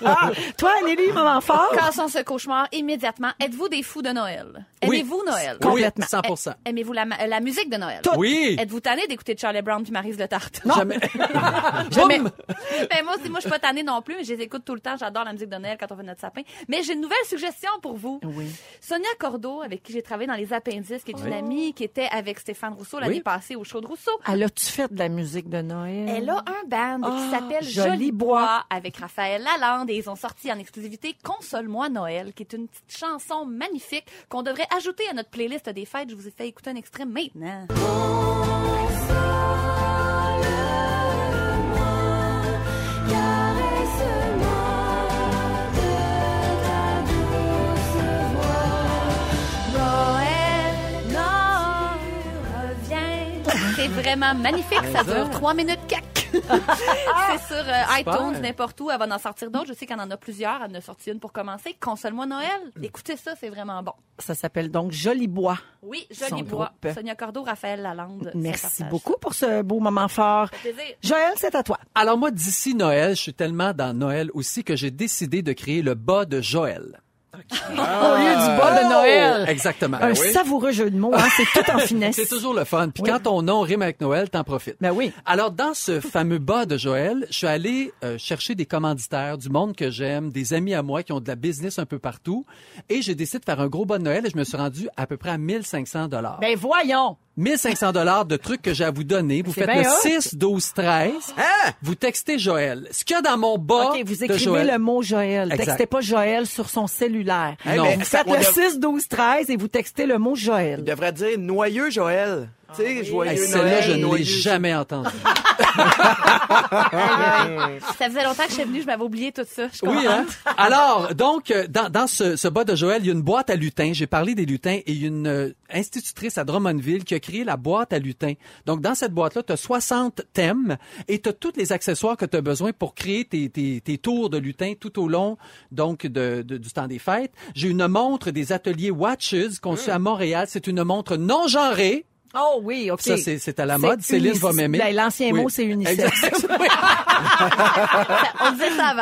[SPEAKER 1] Ah, toi, Nelly, moment fort.
[SPEAKER 2] Cassons ce cauchemar immédiatement. Êtes-vous des fous de Noël?
[SPEAKER 4] Oui.
[SPEAKER 2] Aimez-vous Noël?
[SPEAKER 1] Com-
[SPEAKER 4] Oui,
[SPEAKER 1] Complètement.
[SPEAKER 4] 100
[SPEAKER 2] Eh, Aimez-vous la, ma- la musique de Noël?
[SPEAKER 4] Oui.
[SPEAKER 2] Êtes-vous tanné d'écouter Charlie Brown puis Maryse Le Tarte?
[SPEAKER 4] Jamais.
[SPEAKER 2] Jamais.
[SPEAKER 4] Boum!
[SPEAKER 2] Ben, moi aussi, moi, je suis pas tannée non plus, mais je les écoute tout le temps. J'adore la musique de Noël quand on fait notre sapin. Mais j'ai une nouvelle suggestion pour vous.
[SPEAKER 1] Oui.
[SPEAKER 2] Sonia Cordeau, avec qui j'ai travaillé dans Les Appendices, qui est une amie qui était avec Stéphane Rousseau l'année
[SPEAKER 4] Oui.
[SPEAKER 2] passée au show de Rousseau.
[SPEAKER 1] Elle a-tu fait de la musique de Noël?
[SPEAKER 2] Elle a un band qui
[SPEAKER 1] Ah,
[SPEAKER 2] s'appelle
[SPEAKER 1] Joli
[SPEAKER 2] Joli
[SPEAKER 1] Bois.
[SPEAKER 2] Bois avec Raphaël Lalande et ils ont sorti en exclusivité Console-moi Noël, qui est une petite chanson magnifique qu'on devrait ajouter à notre playlist des fêtes. Je vous ai fait écouter un extrait maintenant.
[SPEAKER 9] Caresse-moi
[SPEAKER 2] vraiment magnifique. Ça dure 3 minutes cac. c'est sur euh, iTunes, n'importe où. Elle va en sortir d'autres. Je sais qu'elle en a plusieurs. Elle en a sorti une pour commencer. Console-moi Noël. Écoutez ça, c'est vraiment bon.
[SPEAKER 1] Ça s'appelle donc Joli Bois.
[SPEAKER 2] Oui,
[SPEAKER 1] Son
[SPEAKER 2] Joli Bois.
[SPEAKER 1] groupe.
[SPEAKER 2] Sonia Cordeau, Raphaël Lalande.
[SPEAKER 1] Merci
[SPEAKER 2] ça partage.
[SPEAKER 1] beaucoup pour ce beau moment fort.
[SPEAKER 2] Plaisir.
[SPEAKER 1] Joël, c'est à toi.
[SPEAKER 4] Alors moi, d'ici Noël, je suis tellement dans Noël aussi que j'ai décidé de créer le bas de Joël. Oh!
[SPEAKER 1] Au lieu du bas de Noël.
[SPEAKER 4] Euh, Exactement. Ben
[SPEAKER 1] Un savoureux jeu de mots, hein, c'est tout en finesse.
[SPEAKER 4] C'est toujours le fun. Puis quand ton nom rime avec Noël, t'en profites.
[SPEAKER 1] Ben oui.
[SPEAKER 4] Alors, dans ce fameux bas de Joël, je suis allé euh, chercher des commanditaires du monde que j'aime, des amis à moi qui ont de la business un peu partout. Et j'ai décidé de faire un gros bas de Noël et je me suis rendu à peu près à 1500 dollars.
[SPEAKER 1] Ben voyons.
[SPEAKER 4] 1500 dollars de trucs que j'ai à vous donner. Vous
[SPEAKER 1] C'est
[SPEAKER 4] faites
[SPEAKER 1] bien
[SPEAKER 4] le
[SPEAKER 1] hot.
[SPEAKER 4] 6, 12, 13.
[SPEAKER 3] Hein?
[SPEAKER 4] Vous textez Joël. Ce qu'il y a dans mon bas
[SPEAKER 1] OK, vous
[SPEAKER 4] de
[SPEAKER 1] écrivez
[SPEAKER 4] Joël.
[SPEAKER 1] le mot Joël.
[SPEAKER 4] Exact. Eh ben,
[SPEAKER 1] Textez pas Joël sur son cellulaire.
[SPEAKER 4] Hey, Non. mais
[SPEAKER 1] Vous
[SPEAKER 3] ça,
[SPEAKER 1] faites
[SPEAKER 3] on
[SPEAKER 1] le
[SPEAKER 3] dev-
[SPEAKER 1] 6, 12, 13 et vous textez le mot Joël.
[SPEAKER 3] Il devrait dire noyeux Joël. Tu sais, joyeux
[SPEAKER 4] Hey, Celle-là,
[SPEAKER 3] Noël.
[SPEAKER 4] je ne l'ai
[SPEAKER 3] noyeux-
[SPEAKER 4] jamais entendue.
[SPEAKER 2] Ça faisait longtemps que je suis venue, je m'avais oublié tout ça. Je
[SPEAKER 4] Oui,
[SPEAKER 2] comprends.
[SPEAKER 4] hein? Alors, donc, euh, dans, dans ce, ce bas de Joël, il y a une boîte à lutins. J'ai parlé des lutins et il y a une euh, institutrice à Drummondville qui a créé la boîte à lutins. Donc, dans cette boîte-là, tu as 60 thèmes et tu as tous les accessoires que tu as besoin pour créer tes, tes, tes tours de lutin tout au long donc de, de- du temps des fêtes. J'ai une montre des ateliers Watches conçue
[SPEAKER 1] Hmm.
[SPEAKER 4] à Montréal. C'est une montre non genrée.
[SPEAKER 1] Oh oui, OK.
[SPEAKER 4] Ça, c'est c'est à la mode. Céline
[SPEAKER 1] unisexe.
[SPEAKER 4] va m'aimer.
[SPEAKER 1] Ben, L'ancien
[SPEAKER 4] Oui.
[SPEAKER 1] mot, c'est unisexe.
[SPEAKER 4] Exact. Oui,
[SPEAKER 2] Ça- on disait ça avant.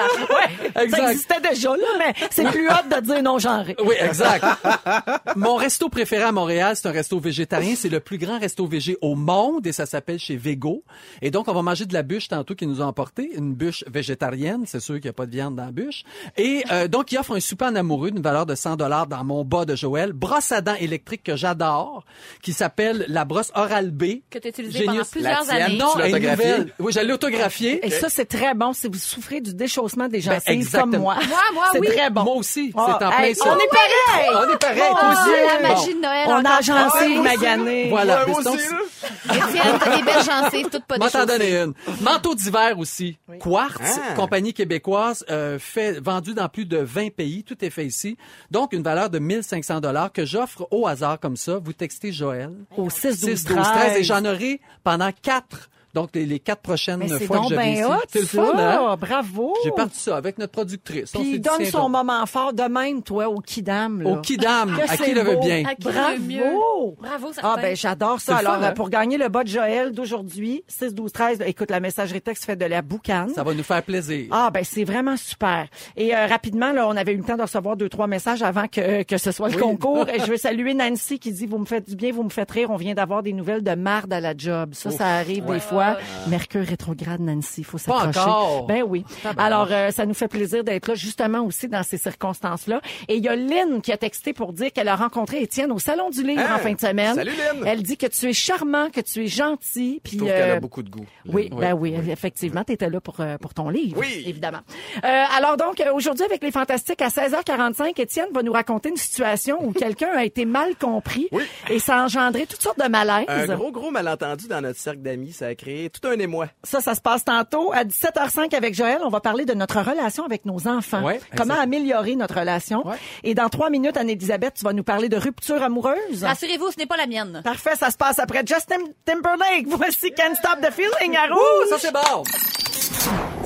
[SPEAKER 1] Ça
[SPEAKER 4] exact.
[SPEAKER 1] existait déjà, là, mais c'est plus hot de dire non-genré.
[SPEAKER 4] Oui, exact. Mon resto préféré à Montréal, c'est un resto végétarien. C'est le plus grand resto végé au monde et ça s'appelle chez Vego. Et donc, on va manger de la bûche tantôt qu'ils nous ont emporté. Une bûche végétarienne. C'est sûr qu'il n'y a pas de viande dans la bûche. Et euh, donc, il offre un souper en amoureux d'une valeur de 100 dollars dans mon bas de Joël. Brosse à dents électrique que j'adore, qui s'appelle la brosse Oral B.
[SPEAKER 2] Que t'as utilisé
[SPEAKER 4] Génial.
[SPEAKER 2] pendant plusieurs
[SPEAKER 3] tienne,
[SPEAKER 2] années.
[SPEAKER 4] Non,
[SPEAKER 3] Tu l'as
[SPEAKER 4] elle est
[SPEAKER 3] autographiée?
[SPEAKER 4] nouvelle. Oui, j'allais l'autographier.
[SPEAKER 1] Et ça, c'est très bon si vous souffrez du déchaussement des gens comme
[SPEAKER 4] Ben, exactement.
[SPEAKER 1] moi.
[SPEAKER 2] Moi, moi,
[SPEAKER 1] C'est
[SPEAKER 2] oui.
[SPEAKER 1] très bon.
[SPEAKER 4] Moi aussi,
[SPEAKER 1] Ah,
[SPEAKER 4] c'est en plein
[SPEAKER 1] hey,
[SPEAKER 4] ça.
[SPEAKER 1] On est pareil!
[SPEAKER 4] On est pareil,
[SPEAKER 1] Oh,
[SPEAKER 4] toi aussi.
[SPEAKER 2] la
[SPEAKER 4] Bon.
[SPEAKER 2] magie de Noël.
[SPEAKER 1] On a
[SPEAKER 2] encore.
[SPEAKER 1] agencé magané.
[SPEAKER 4] Voilà.
[SPEAKER 3] Ouais, moi
[SPEAKER 4] Mais donc,
[SPEAKER 3] aussi, là.
[SPEAKER 2] Étienne, t'as des belles gencives, toutes pas
[SPEAKER 4] M'en t'en
[SPEAKER 2] déchaussées.
[SPEAKER 4] donner une. Manteau d'hiver aussi. Quartz,
[SPEAKER 3] Ah.
[SPEAKER 4] compagnie québécoise, euh, fait, vendue dans plus de 20 pays. Tout est fait ici. Donc, une valeur de 1500 dollars que j'offre au hasard comme ça. Vous textez Joël.
[SPEAKER 1] Au 6, 12,
[SPEAKER 4] 6,
[SPEAKER 1] 13.
[SPEAKER 4] 12, 13. Et j'en aurai pendant 4. Donc, les, les quatre prochaines
[SPEAKER 1] Mais c'est
[SPEAKER 4] fois
[SPEAKER 1] donc
[SPEAKER 4] que je vais
[SPEAKER 1] bien
[SPEAKER 4] ici.
[SPEAKER 1] hot,
[SPEAKER 4] C'est le
[SPEAKER 1] ça.
[SPEAKER 4] fun, hein?
[SPEAKER 1] Bravo.
[SPEAKER 4] J'ai parti ça avec notre productrice. On
[SPEAKER 1] Puis
[SPEAKER 4] s'est
[SPEAKER 1] il
[SPEAKER 4] dit,
[SPEAKER 1] donne
[SPEAKER 4] tiens
[SPEAKER 1] son
[SPEAKER 4] donc.
[SPEAKER 1] moment fort de même, toi, au Kidam. là.
[SPEAKER 4] Au Kidam,
[SPEAKER 1] Que
[SPEAKER 4] à
[SPEAKER 1] c'est
[SPEAKER 4] qui le veut
[SPEAKER 1] beau.
[SPEAKER 4] bien.
[SPEAKER 2] À qui le
[SPEAKER 1] Bravo.
[SPEAKER 2] mieux? Bravo, certain.
[SPEAKER 1] Ah ben j'adore ça.
[SPEAKER 4] C'est le
[SPEAKER 1] Alors
[SPEAKER 4] fun, hein?
[SPEAKER 1] euh, pour gagner le bas de Joël d'aujourd'hui, 6 12 13, écoute la messagerie texte fait de la boucane.
[SPEAKER 4] Ça va nous faire plaisir.
[SPEAKER 1] Ah ben c'est vraiment super. Et euh, rapidement là, on avait eu le temps de recevoir deux trois messages avant que, que ce soit le concours. Et je veux saluer Nancy qui dit vous me faites du bien, vous me faites rire. On vient d'avoir des nouvelles de marde à la job. Ça ça arrive des fois.
[SPEAKER 3] Ah.
[SPEAKER 1] Mercure rétrograde Nancy, faut s'accrocher.
[SPEAKER 4] encore.
[SPEAKER 1] Ben oui.
[SPEAKER 3] Ah,
[SPEAKER 1] Alors euh, ça nous fait plaisir d'être là justement aussi dans ces circonstances là. Et il y a Lynn qui a texté pour dire qu'elle a rencontré Étienne au salon du livre
[SPEAKER 3] Hein?
[SPEAKER 1] en fin de semaine.
[SPEAKER 3] Salut, Lynn.
[SPEAKER 1] Elle dit que tu es charmant, que tu es gentil, puis
[SPEAKER 3] Je trouve qu'elle
[SPEAKER 1] euh,
[SPEAKER 3] a beaucoup de goût.
[SPEAKER 1] oui, ben oui, effectivement, tu étais là pour, euh, pour ton livre,
[SPEAKER 3] Oui.
[SPEAKER 1] évidemment. Euh, alors donc, euh, aujourd'hui, avec les Fantastiques, à 16h45, Étienne va nous raconter une situation où quelqu'un a été mal compris et ça a engendré toutes sortes de malaises.
[SPEAKER 3] Un gros, gros malentendu dans notre cercle d'amis, ça a créé tout un émoi.
[SPEAKER 1] Ça, ça se passe tantôt. À 17h05 avec Joël, on va parler de notre relation avec nos enfants.
[SPEAKER 4] Ouais,
[SPEAKER 1] Comment
[SPEAKER 4] exact.
[SPEAKER 1] améliorer notre relation.
[SPEAKER 4] Ouais.
[SPEAKER 1] Et dans trois minutes, Anne-Élisabeth, tu vas nous parler de rupture amoureuse.
[SPEAKER 2] Rassurez-vous, ce n'est pas la mienne.
[SPEAKER 1] Parfait, ça se passe après Justin Timberlake. Voici Can't Stop the Feeling à
[SPEAKER 4] Ouh,
[SPEAKER 1] rouge.
[SPEAKER 4] ça c'est bon.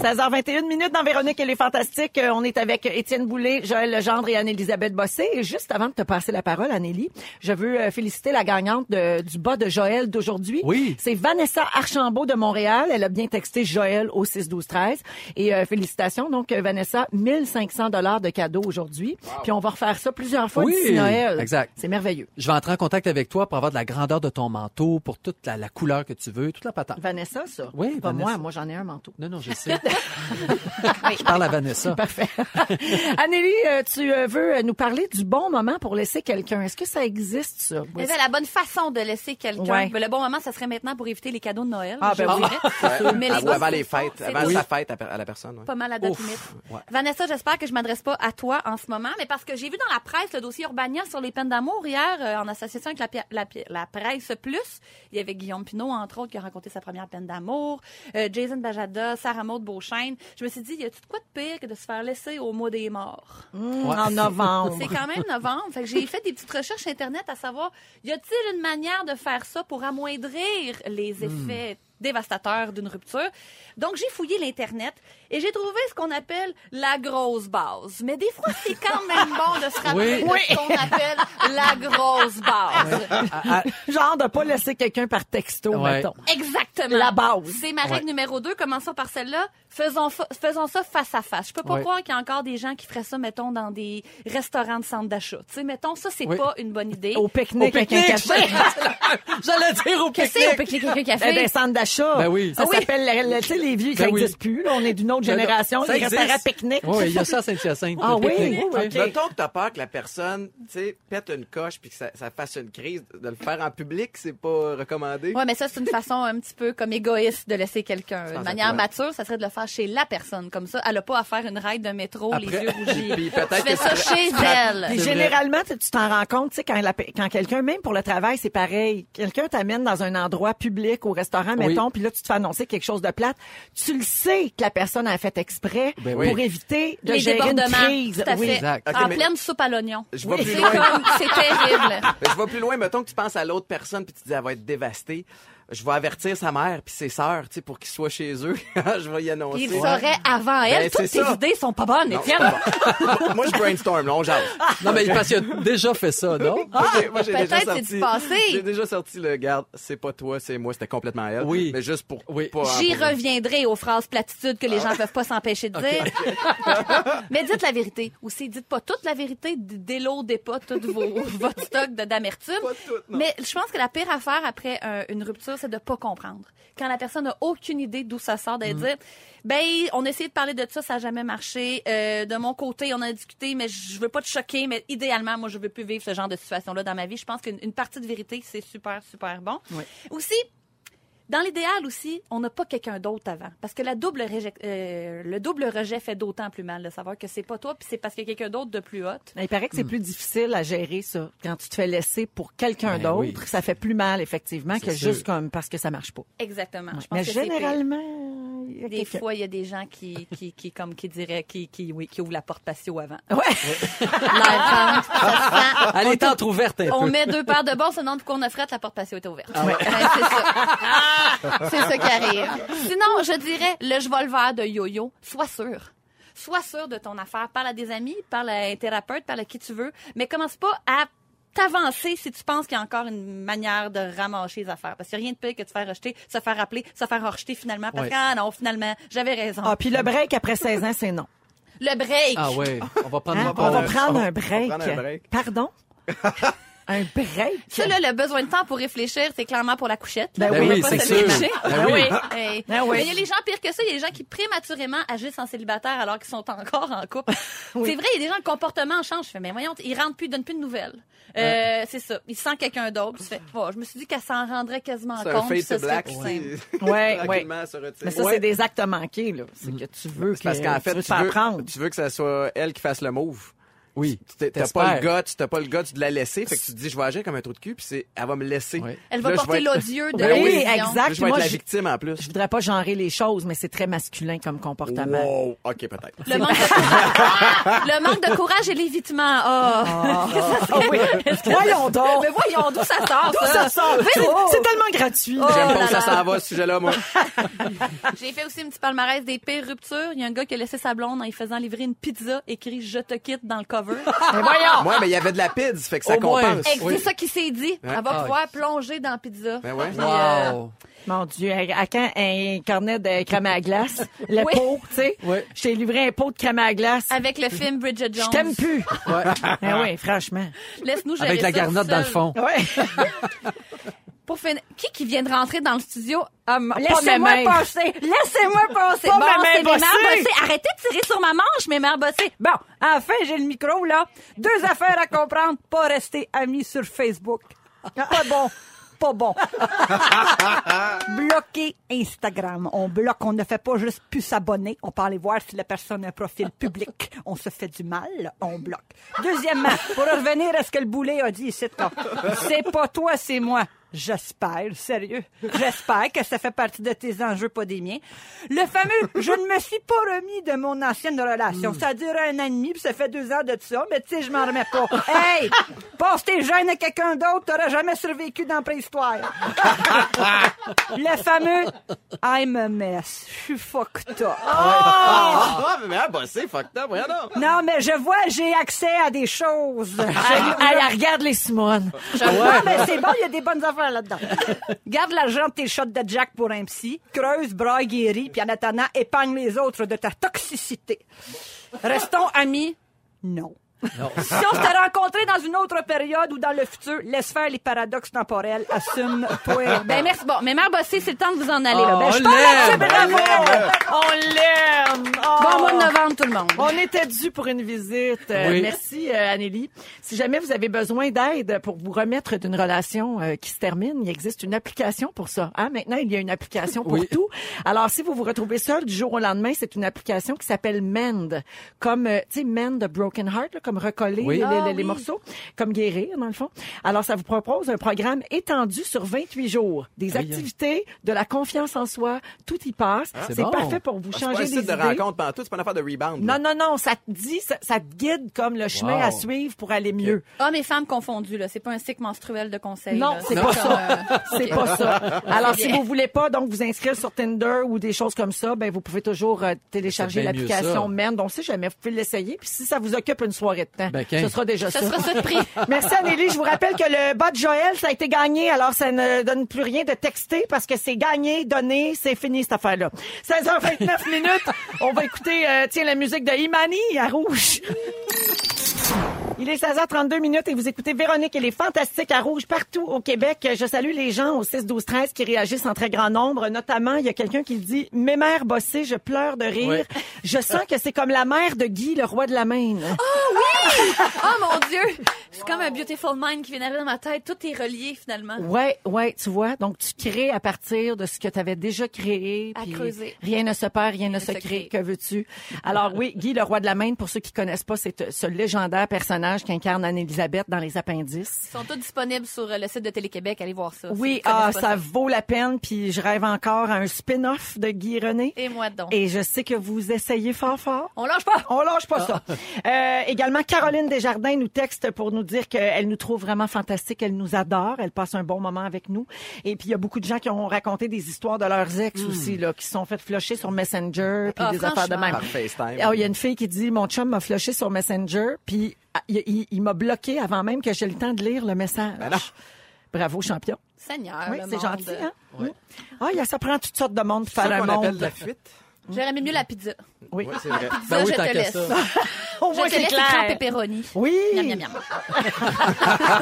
[SPEAKER 1] 16h21 minutes dans Véronique et les Fantastiques. Euh, On est avec Étienne Boulay, Joël Legendre et Anne-Élisabeth Bossé. Et juste avant de te passer la parole, Annélie, je veux euh, féliciter la gagnante de- du bas de Joël d'aujourd'hui.
[SPEAKER 4] Oui.
[SPEAKER 1] C'est Vanessa Archambault de Montréal. Elle a bien texté Joël au 6-12-13. Et euh, félicitations. Donc, euh, Vanessa, 1500 dollars de cadeaux aujourd'hui. Puis on va refaire ça plusieurs fois
[SPEAKER 4] Oui,
[SPEAKER 1] d'ici Noël.
[SPEAKER 4] exact.
[SPEAKER 1] C'est merveilleux.
[SPEAKER 4] Je vais entrer en contact avec toi pour avoir de la grandeur de ton manteau, pour toute la, la couleur que tu veux, toute la patente.
[SPEAKER 1] Vanessa, ça?
[SPEAKER 4] Oui,
[SPEAKER 1] Pas
[SPEAKER 4] Vanessa.
[SPEAKER 1] moi, moi j'en ai un manteau.
[SPEAKER 4] Non, non, je sais. je parle à Vanessa.
[SPEAKER 1] Parfait. Anélie, euh, tu euh, veux euh, nous parler du bon moment pour laisser quelqu'un. Est-ce que ça existe, ça?
[SPEAKER 2] Mais c'est la bonne façon de laisser quelqu'un.
[SPEAKER 1] Ouais.
[SPEAKER 2] Ben, le bon moment, ça serait maintenant pour éviter les cadeaux de Noël.
[SPEAKER 1] Ah, ben
[SPEAKER 2] je
[SPEAKER 1] oui.
[SPEAKER 2] dirais. Mais les
[SPEAKER 3] Avant,
[SPEAKER 2] gars
[SPEAKER 3] avant
[SPEAKER 2] sont-
[SPEAKER 3] les fêtes,
[SPEAKER 2] c'est
[SPEAKER 3] avant
[SPEAKER 2] tous
[SPEAKER 3] sa fête à, per- à la personne. ouais.
[SPEAKER 2] pas mal à date
[SPEAKER 4] Ouf,
[SPEAKER 2] limite.
[SPEAKER 4] ouais.
[SPEAKER 2] Vanessa, j'espère que je m'adresse pas à toi en ce moment, mais parce que j'ai vu dans la presse le dossier Urbania sur les peines d'amour hier, euh, en association avec la, pi- la, pi- la presse plus. Il y avait Guillaume Pinot, entre autres, qui a rencontré sa première peine d'amour, euh, Jason Bajada, Sarah Maud Beauchesne. Je me suis dit, y a-tu de quoi de pire que de se faire laisser au mois des morts?
[SPEAKER 4] Ouais.
[SPEAKER 1] En novembre.
[SPEAKER 2] C'est quand même novembre. Fait que j'ai fait des petites recherches Internet à savoir, y a-t-il une manière de faire ça pour amoindrir les
[SPEAKER 4] Hmm.
[SPEAKER 2] effets dévastateurs d'une rupture? Donc, j'ai fouillé l'Internet et j'ai trouvé ce qu'on appelle la grosse base. Mais des fois, c'est quand même bon de se rappeler
[SPEAKER 4] Oui.
[SPEAKER 2] de ce qu'on appelle la grosse base.
[SPEAKER 1] Genre de pas laisser quelqu'un par texto,
[SPEAKER 4] Ouais.
[SPEAKER 1] mettons.
[SPEAKER 2] Exactement.
[SPEAKER 1] La base.
[SPEAKER 2] C'est ma règle numéro 2. Commençons par celle-là. Faisons, fa- faisons ça face à face. Je peux pas
[SPEAKER 4] Ouais.
[SPEAKER 2] croire qu'il y a encore des gens qui feraient ça, mettons, dans des restaurants de centres d'achat. Tu sais, mettons, ça, c'est
[SPEAKER 4] Oui.
[SPEAKER 2] pas une bonne idée.
[SPEAKER 1] Au pique-nique avec un
[SPEAKER 4] pique-nique,
[SPEAKER 1] café.
[SPEAKER 4] J'allais dire au
[SPEAKER 2] Qu'est-ce que c'est au
[SPEAKER 4] pique-nique.
[SPEAKER 2] pique-nique avec un
[SPEAKER 1] Eh
[SPEAKER 2] café?
[SPEAKER 1] ben, centre d'achat.
[SPEAKER 4] Ben oui.
[SPEAKER 1] Ça
[SPEAKER 4] Ah oui.
[SPEAKER 1] s'appelle, le- le- tu sais, les vieux, ça
[SPEAKER 4] Ben oui.
[SPEAKER 1] n'existe plus. là. On est d'une autre
[SPEAKER 4] Ben non,
[SPEAKER 1] génération.
[SPEAKER 4] ça
[SPEAKER 1] les restaurants
[SPEAKER 4] existe.
[SPEAKER 1] pique-nique.
[SPEAKER 4] Oui, il y a ça à Saint-Hyacinthe.
[SPEAKER 1] Ah
[SPEAKER 4] le
[SPEAKER 1] oui,
[SPEAKER 4] pique-nique,
[SPEAKER 1] oui,
[SPEAKER 4] tu sais.
[SPEAKER 1] OK.
[SPEAKER 3] Mettons que t'as peur que la personne, tu sais, pète une coche puis que ça, ça fasse une crise, de le faire en public, c'est pas recommandé.
[SPEAKER 2] Ouais, mais ça, c'est une façon un petit peu comme égoïste de laisser quelqu'un. De
[SPEAKER 3] pense
[SPEAKER 2] manière
[SPEAKER 3] à toi.
[SPEAKER 2] mature, ça serait de le faire chez la personne. Comme ça, elle a pas à faire une ride de métro, les
[SPEAKER 4] Après-
[SPEAKER 2] yeux rougis.
[SPEAKER 3] Puis
[SPEAKER 2] Tu
[SPEAKER 3] peut-être
[SPEAKER 2] fais
[SPEAKER 3] que
[SPEAKER 2] ça
[SPEAKER 3] tu-
[SPEAKER 2] chez
[SPEAKER 1] Puis
[SPEAKER 2] elle.
[SPEAKER 4] C'est vrai.
[SPEAKER 1] généralement, tu tu t'en rends compte, tu sais, quand, la pe- quand quelqu'un, même pour le travail, c'est pareil. Quelqu'un t'amène dans un endroit public, au restaurant,
[SPEAKER 4] Oui.
[SPEAKER 1] mettons, puis là, tu te fais annoncer quelque chose de plate. Tu le sais que la personne a fait exprès
[SPEAKER 4] Ben
[SPEAKER 1] pour
[SPEAKER 4] oui.
[SPEAKER 1] éviter de
[SPEAKER 2] Les
[SPEAKER 1] gérer une
[SPEAKER 2] débordements,
[SPEAKER 1] crise.
[SPEAKER 2] tout à
[SPEAKER 1] Oui.
[SPEAKER 2] fait.
[SPEAKER 4] exact.
[SPEAKER 3] Ok,
[SPEAKER 2] en
[SPEAKER 3] mais-
[SPEAKER 2] pleine soupe à l'oignon.
[SPEAKER 3] Je vais plus
[SPEAKER 2] C'est
[SPEAKER 3] loin.
[SPEAKER 2] comme- c'est terrible.
[SPEAKER 3] Mais Je vais plus loin, mettons que tu penses à l'autre personne puis tu dis elle va être dévastée. Je vais avertir sa mère puis ses sœurs, tu sais, pour qu'ils soient chez eux. Ah, je vais y annoncer.
[SPEAKER 2] Il saurait avant
[SPEAKER 3] Ben,
[SPEAKER 2] elle. Toutes
[SPEAKER 3] c'est
[SPEAKER 2] tes
[SPEAKER 3] ça.
[SPEAKER 2] idées sont pas bonnes,
[SPEAKER 3] Non,
[SPEAKER 2] Étienne.
[SPEAKER 3] c'est pas bon. Moi, je brainstorm, là, on jase.
[SPEAKER 4] Non, mais parce qu'il a déjà fait ça, non?
[SPEAKER 3] Moi, j'ai- moi, j'ai
[SPEAKER 2] peut-être
[SPEAKER 3] déjà
[SPEAKER 2] c'est
[SPEAKER 3] sorti-
[SPEAKER 2] du passé.
[SPEAKER 3] J'ai déjà sorti le garde, c'est pas toi, c'est moi, c'était complètement elle.
[SPEAKER 4] Oui.
[SPEAKER 3] Mais juste pour.
[SPEAKER 4] Oui.
[SPEAKER 3] pas-
[SPEAKER 2] J'y
[SPEAKER 3] pour- Ah.
[SPEAKER 2] reviendrai aux phrases platitudes que les gens peuvent pas s'empêcher de dire. Mais dites la vérité. Aussi, dites pas toute la vérité, d- déloadez pas tout vos, votre stock de- d'amertume.
[SPEAKER 3] Pas toutes, non.
[SPEAKER 2] Mais je pense que la pire affaire après euh, une rupture, c'est de pas comprendre. Quand la personne n'a aucune idée d'où ça sort,
[SPEAKER 3] Mm.
[SPEAKER 2] d'aller dire, ben, on a essayé de parler de ça, ça a jamais marché. Euh, de mon côté, on a discuté, mais je veux pas te choquer, mais idéalement, moi, je veux plus vivre ce genre de situation-là dans ma vie. Je pense qu'une une partie de vérité, c'est super, super bon. Aussi, dans l'idéal aussi, on n'a pas quelqu'un d'autre avant. Parce que la double rejet- euh, le double rejet fait d'autant plus mal de savoir que c'est pas toi, puis c'est parce qu'il y a quelqu'un d'autre de plus haute.
[SPEAKER 1] Ben, Il paraît que
[SPEAKER 4] Hmm.
[SPEAKER 1] c'est plus difficile à gérer ça. Quand tu te fais laisser pour quelqu'un
[SPEAKER 4] Ben
[SPEAKER 1] d'autre,
[SPEAKER 4] oui.
[SPEAKER 1] ça fait plus mal, effectivement, que
[SPEAKER 4] C'est sûr.
[SPEAKER 1] juste comme parce que ça marche pas.
[SPEAKER 2] Exactement. Je pense
[SPEAKER 1] Mais
[SPEAKER 2] que c'est pire.
[SPEAKER 1] généralement, il y a
[SPEAKER 2] Des
[SPEAKER 1] quelqu'un.
[SPEAKER 2] fois, il y a des gens qui, qui, qui comme qui diraient, qui, qui, oui, qui ouvrent la porte patio avant.
[SPEAKER 1] Ouais.
[SPEAKER 2] L'air fente, ça sent.
[SPEAKER 4] Elle est entrouverte un
[SPEAKER 2] On
[SPEAKER 4] peu.
[SPEAKER 2] met deux paires de bons, sinon, pourquoi on a frette, la porte patio était ouverte.
[SPEAKER 4] Ah
[SPEAKER 2] Ben, c'est ça. c'est ça qui arrive. Sinon, je dirais, le cheval vert de yo-yo, sois sûr. Sois sûr de ton affaire. Parle à des amis, parle à un thérapeute, parle à qui tu veux, mais commence pas à t'avancer si tu penses qu'il y a encore une manière de ramasser les affaires. Parce qu'il n'y a rien de pire que de se faire rejeter, se faire rappeler, se faire rejeter finalement. Parce
[SPEAKER 4] Ouais.
[SPEAKER 2] que, ah non, finalement, j'avais raison.
[SPEAKER 1] Ah, puis le break après 16 ans, c'est non.
[SPEAKER 2] Le break.
[SPEAKER 4] Ah ouais, on va prendre
[SPEAKER 1] Hein?
[SPEAKER 4] ma
[SPEAKER 1] On va
[SPEAKER 4] part.
[SPEAKER 1] prendre
[SPEAKER 3] on
[SPEAKER 1] un
[SPEAKER 3] va
[SPEAKER 1] break.
[SPEAKER 3] prendre un break.
[SPEAKER 1] Pardon? un break?
[SPEAKER 2] Ça, là, le besoin de temps pour réfléchir, c'est clairement pour la couchette. là.
[SPEAKER 1] Ben
[SPEAKER 2] On va
[SPEAKER 4] oui,
[SPEAKER 2] pas
[SPEAKER 4] c'est
[SPEAKER 2] se
[SPEAKER 4] sûr.
[SPEAKER 2] le cacher.
[SPEAKER 4] Ben oui.
[SPEAKER 3] Ah.
[SPEAKER 2] Hey.
[SPEAKER 1] Ben oui.
[SPEAKER 2] Mais il y a les gens pires que ça, il y a les gens qui prématurément agissent en célibataire alors qu'ils sont encore en couple. C'est vrai, il y a des gens, le comportement change. Je fais, mais voyons, ils rentrent plus, ils donnent plus de nouvelles. Euh, C'est ça. Ils sentent quelqu'un d'autre. Je fais, oh, je me suis dit qu'elle s'en rendrait quasiment
[SPEAKER 3] C'est un
[SPEAKER 2] compte. puis ça
[SPEAKER 3] fade to
[SPEAKER 2] serait
[SPEAKER 3] black.
[SPEAKER 2] plus
[SPEAKER 3] tu
[SPEAKER 2] simple.
[SPEAKER 3] sais.
[SPEAKER 1] Ouais,
[SPEAKER 3] Tranquillement, se retire.
[SPEAKER 1] Mais ça,
[SPEAKER 3] Ouais. Mm.
[SPEAKER 1] c'est des actes manqués, là. C'est que tu veux que,
[SPEAKER 3] C'est parce qu'en fait,
[SPEAKER 1] tu veux
[SPEAKER 3] tu
[SPEAKER 1] te faire
[SPEAKER 3] veux,
[SPEAKER 1] prendre.
[SPEAKER 3] tu veux que ça soit elle qui fasse le move.
[SPEAKER 4] Oui.
[SPEAKER 3] Tu t'es- T'as pas le
[SPEAKER 4] T'espères.
[SPEAKER 3] gars, t'as pas le gars, tu de la laisser. Fait que tu te dis, je vais agir comme un trou de cul, puis c'est, elle va me laisser.
[SPEAKER 4] Ouais.
[SPEAKER 2] Elle va
[SPEAKER 3] Là, je vais
[SPEAKER 2] porter
[SPEAKER 3] être-
[SPEAKER 2] l'odieux de
[SPEAKER 3] Ben
[SPEAKER 2] la
[SPEAKER 3] oui,
[SPEAKER 2] décision.
[SPEAKER 1] exact.
[SPEAKER 3] Là, je vais
[SPEAKER 1] Moi,
[SPEAKER 3] être la
[SPEAKER 1] je-
[SPEAKER 3] victime en plus.
[SPEAKER 1] Je voudrais pas genrer les choses, mais c'est très masculin comme comportement.
[SPEAKER 3] Wow, ok, peut-être.
[SPEAKER 2] Le manque, de... le manque de courage et l'évitement. Ah.
[SPEAKER 1] Ah oui. Voyons donc.
[SPEAKER 2] Mais voyons d'où ça sort,
[SPEAKER 1] D'où ça sort? C'est c'est tellement gratuit.
[SPEAKER 3] Oh. J'aime
[SPEAKER 2] Oh
[SPEAKER 3] pas
[SPEAKER 2] là
[SPEAKER 3] où ça
[SPEAKER 2] là.
[SPEAKER 3] s'en va, ce sujet-là, moi.
[SPEAKER 2] J'ai fait aussi un petit palmarès des pires ruptures. Il y a un gars qui a laissé sa blonde en lui faisant livrer une pizza écrit Je te quitte dans le cover.
[SPEAKER 3] Moi, mais il y avait de la pide, fait que ça
[SPEAKER 4] Au moins.
[SPEAKER 3] compense.
[SPEAKER 2] Hey, C'est
[SPEAKER 4] Oui.
[SPEAKER 2] ça qui s'est dit. Elle va
[SPEAKER 4] Ah,
[SPEAKER 2] pouvoir plonger dans la pizza.
[SPEAKER 3] Ben ouais.
[SPEAKER 2] Puis, euh,
[SPEAKER 4] Wow.
[SPEAKER 1] Mon Dieu, à à quand un cornet de crème à glace? Le
[SPEAKER 2] Oui.
[SPEAKER 1] pot, tu sais?
[SPEAKER 4] Oui.
[SPEAKER 1] Je t'ai livré un pot de crème à glace.
[SPEAKER 2] Avec le film Bridget
[SPEAKER 1] Je
[SPEAKER 2] Jones.
[SPEAKER 1] t'aime plus. Ah oui, franchement.
[SPEAKER 2] Laisse-nous gérer
[SPEAKER 4] Avec la
[SPEAKER 2] ça
[SPEAKER 4] garnotte dans le
[SPEAKER 2] seul.
[SPEAKER 4] fond.
[SPEAKER 1] Ouais.
[SPEAKER 2] Pour finir- Qui qui vient de rentrer dans le studio? Ah, m- pas
[SPEAKER 1] Laissez-moi
[SPEAKER 2] mes mains. Laissez-moi passer.
[SPEAKER 1] Pas
[SPEAKER 2] bon,
[SPEAKER 1] mes mains
[SPEAKER 2] c'est mes mères
[SPEAKER 1] bossées.
[SPEAKER 2] bossées. Ben, Arrêtez de tirer sur ma manche, mes mères bossées.
[SPEAKER 5] Bon, enfin, j'ai le micro, là. Deux affaires à comprendre. Pas rester amis sur Facebook. Pas bon. Pas bon. Bloquer Instagram. On bloque, on ne fait pas juste plus s'abonner. On peut aller voir si la personne a un profil public. On se fait du mal, on bloque. Deuxièmement, pour revenir à ce que le boulet a dit ici, là. c'est pas toi, c'est moi. J'espère, sérieux. J'espère que ça fait partie de tes enjeux, pas des miens. Le fameux « je ne me suis pas remis de mon ancienne relation Ça dure un an et demi, puis ça fait deux ans de ça, mais tu sais, je m'en remets pas. Hey! Passe tes gènes à quelqu'un d'autre, t'auras jamais survécu dans la préhistoire. Le fameux « I'm a mess, je suis fucked up ».
[SPEAKER 3] Ah, mais ah, bah, c'est fucked up, voyons donc.
[SPEAKER 5] Non, mais je vois, j'ai accès à des choses.
[SPEAKER 1] Elle, elle regarde les Simone.
[SPEAKER 5] Non, mais c'est bon, il y a des bonnes affaires là-dedans. Garde l'argent de tes shots de Jack pour un psy, creuse, braille, guéris, puis en attendant, épargne les autres de ta toxicité. Restons amis? Non. Si on s'était rencontrés dans une autre période ou dans le futur, laisse faire les paradoxes temporels, assume toi.
[SPEAKER 2] Ben merci. Bon, mais mère bossée, c'est le temps de vous en aller. là. Ben,
[SPEAKER 4] Oh,
[SPEAKER 2] je pars là-dessus,
[SPEAKER 4] l'aime,
[SPEAKER 2] bravo.
[SPEAKER 1] On l'aime! Oh!
[SPEAKER 2] Bon mois de novembre, tout le monde.
[SPEAKER 1] On était dû pour une visite. Euh,
[SPEAKER 4] Oui.
[SPEAKER 1] Merci, euh, Anneli. Si jamais vous avez besoin d'aide pour vous remettre d'une relation euh, qui se termine, il existe une application pour ça. Hein? Maintenant, il y a une application pour
[SPEAKER 4] Oui.
[SPEAKER 1] tout. Alors, si vous vous retrouvez seul du jour au lendemain, c'est une application qui s'appelle Mend. Comme, euh, tu sais, Mend Broken Heart, là, comme recoller
[SPEAKER 4] Oui.
[SPEAKER 1] les, les-
[SPEAKER 2] Ah,
[SPEAKER 1] les
[SPEAKER 2] oui.
[SPEAKER 1] morceaux, comme guérir, dans le fond. Alors, ça vous propose un programme étendu sur 28 jours. Des
[SPEAKER 4] Aïe. Ah.
[SPEAKER 1] activités, de la confiance en soi, tout y passe.
[SPEAKER 4] c'est
[SPEAKER 1] c'est
[SPEAKER 4] bon.
[SPEAKER 1] parfait pour vous
[SPEAKER 3] Ah, C'est pas
[SPEAKER 1] changer
[SPEAKER 3] un
[SPEAKER 1] les
[SPEAKER 3] site
[SPEAKER 1] idées.
[SPEAKER 3] de rencontre pantoute, c'est pas une affaire de rebound.
[SPEAKER 1] Non,
[SPEAKER 3] là.
[SPEAKER 1] non, non, ça te dit, ça, ça te guide comme le chemin
[SPEAKER 4] Wow.
[SPEAKER 1] à suivre pour aller mieux.
[SPEAKER 2] Hommes et Ah, femmes confondus, là. C'est pas un cycle menstruel de conseils.
[SPEAKER 1] Non,
[SPEAKER 2] là.
[SPEAKER 1] c'est pas
[SPEAKER 2] comme, euh,
[SPEAKER 1] C'est
[SPEAKER 2] ok.
[SPEAKER 1] pas ça. Alors,
[SPEAKER 2] C'est
[SPEAKER 1] si
[SPEAKER 2] bien.
[SPEAKER 1] vous voulez pas donc vous inscrire sur Tinder ou des choses comme ça, ben vous pouvez toujours euh, télécharger
[SPEAKER 4] C'est bien mieux, ça.
[SPEAKER 1] l'application Mend. On sait jamais, vous pouvez l'essayer. Puis si ça vous occupe une soirée de temps,
[SPEAKER 4] Ben, quinze.
[SPEAKER 1] ce sera déjà
[SPEAKER 2] Ça
[SPEAKER 1] ça.
[SPEAKER 2] sera ça de prix.
[SPEAKER 1] Merci Anélie. Je vous rappelle que le bas de Joël, ça a été gagné. Alors, ça ne donne plus rien de texter parce que c'est gagné, donné, c'est fini cette affaire-là. 16h29 minutes. On va écouter, euh, tiens, la musique de Imani à Rouge. Il est 16h32 minutes et vous écoutez Véronique et les Fantastiques à Rouge partout au Québec. Je salue les gens au 6-12-13 qui réagissent en très grand nombre. Notamment, il y a quelqu'un qui dit « Mes mères bossées, je pleure de rire.
[SPEAKER 4] Ouais.
[SPEAKER 1] Je sens que c'est comme la mère de Guy, le roi de la Maine.
[SPEAKER 2] Oh mon Dieu! C'est comme un beautiful mind qui vient d'arriver dans ma tête. Tout est relié finalement.
[SPEAKER 1] Ouais, ouais, tu vois. Donc, tu crées à partir de ce que tu avais déjà créé.
[SPEAKER 2] À
[SPEAKER 1] puis
[SPEAKER 2] creuser.
[SPEAKER 1] Rien ne se perd, rien ne se crée. Que veux-tu? Alors oui, Guy, le roi de la Maine, pour ceux qui connaissent pas, c'est euh, ce légendaire personnage qu'incarne Anne-Elisabeth dans Les Appendices.
[SPEAKER 2] Ils sont tous disponibles sur euh, le site de Télé-Québec. Allez voir ça. si
[SPEAKER 1] Oui,
[SPEAKER 2] vous
[SPEAKER 1] ah,
[SPEAKER 2] connaissez pas
[SPEAKER 1] ça vaut la peine, puis je rêve encore à un spin-off de Guy René.
[SPEAKER 2] Et moi donc.
[SPEAKER 1] Et je sais que vous essayez fort, fort.
[SPEAKER 2] On lâche pas.
[SPEAKER 1] On lâche pas ça. Euh, également, Caroline Desjardins nous texte pour nous dire qu'elle nous trouve vraiment fantastique, elle nous adore, elle passe un bon moment avec nous. Et puis, il y a beaucoup de gens qui ont raconté des histoires de leurs ex aussi, là, qui se sont fait flusher sur Messenger, puis
[SPEAKER 2] Hmm. Ah,
[SPEAKER 1] des affaires de
[SPEAKER 2] franchement.
[SPEAKER 1] même.
[SPEAKER 3] Par FaceTime.
[SPEAKER 1] Ah, Il y a une fille qui dit, mon chum m'a flushé sur Messenger, puis ah, il, il- il m'a bloqué avant même que j'ai le temps de lire le message.
[SPEAKER 3] Ben non.
[SPEAKER 1] Bravo, champion.
[SPEAKER 2] Seigneur.
[SPEAKER 1] oui,
[SPEAKER 2] le
[SPEAKER 1] c'est
[SPEAKER 2] monde.
[SPEAKER 1] gentil, hein? Ah, il y a- ça prend toutes sortes de monde pour
[SPEAKER 3] C'est
[SPEAKER 1] faire
[SPEAKER 3] ça
[SPEAKER 1] un
[SPEAKER 3] qu'on appelle
[SPEAKER 1] monde.
[SPEAKER 3] la fuite.
[SPEAKER 2] J'aurais aimé mieux la pizza.
[SPEAKER 1] Oui.
[SPEAKER 3] Ouais, c'est vrai.
[SPEAKER 2] Pizza,
[SPEAKER 4] Ben oui,
[SPEAKER 2] je
[SPEAKER 4] tant
[SPEAKER 2] te
[SPEAKER 4] qu'à
[SPEAKER 2] laisse.
[SPEAKER 4] ça.
[SPEAKER 1] Au
[SPEAKER 2] Ah. Je
[SPEAKER 1] moins,
[SPEAKER 2] te
[SPEAKER 1] c'est
[SPEAKER 2] laisse écran
[SPEAKER 1] clair.
[SPEAKER 2] pepperoni.
[SPEAKER 1] Oui.
[SPEAKER 2] Miam, miam, miam.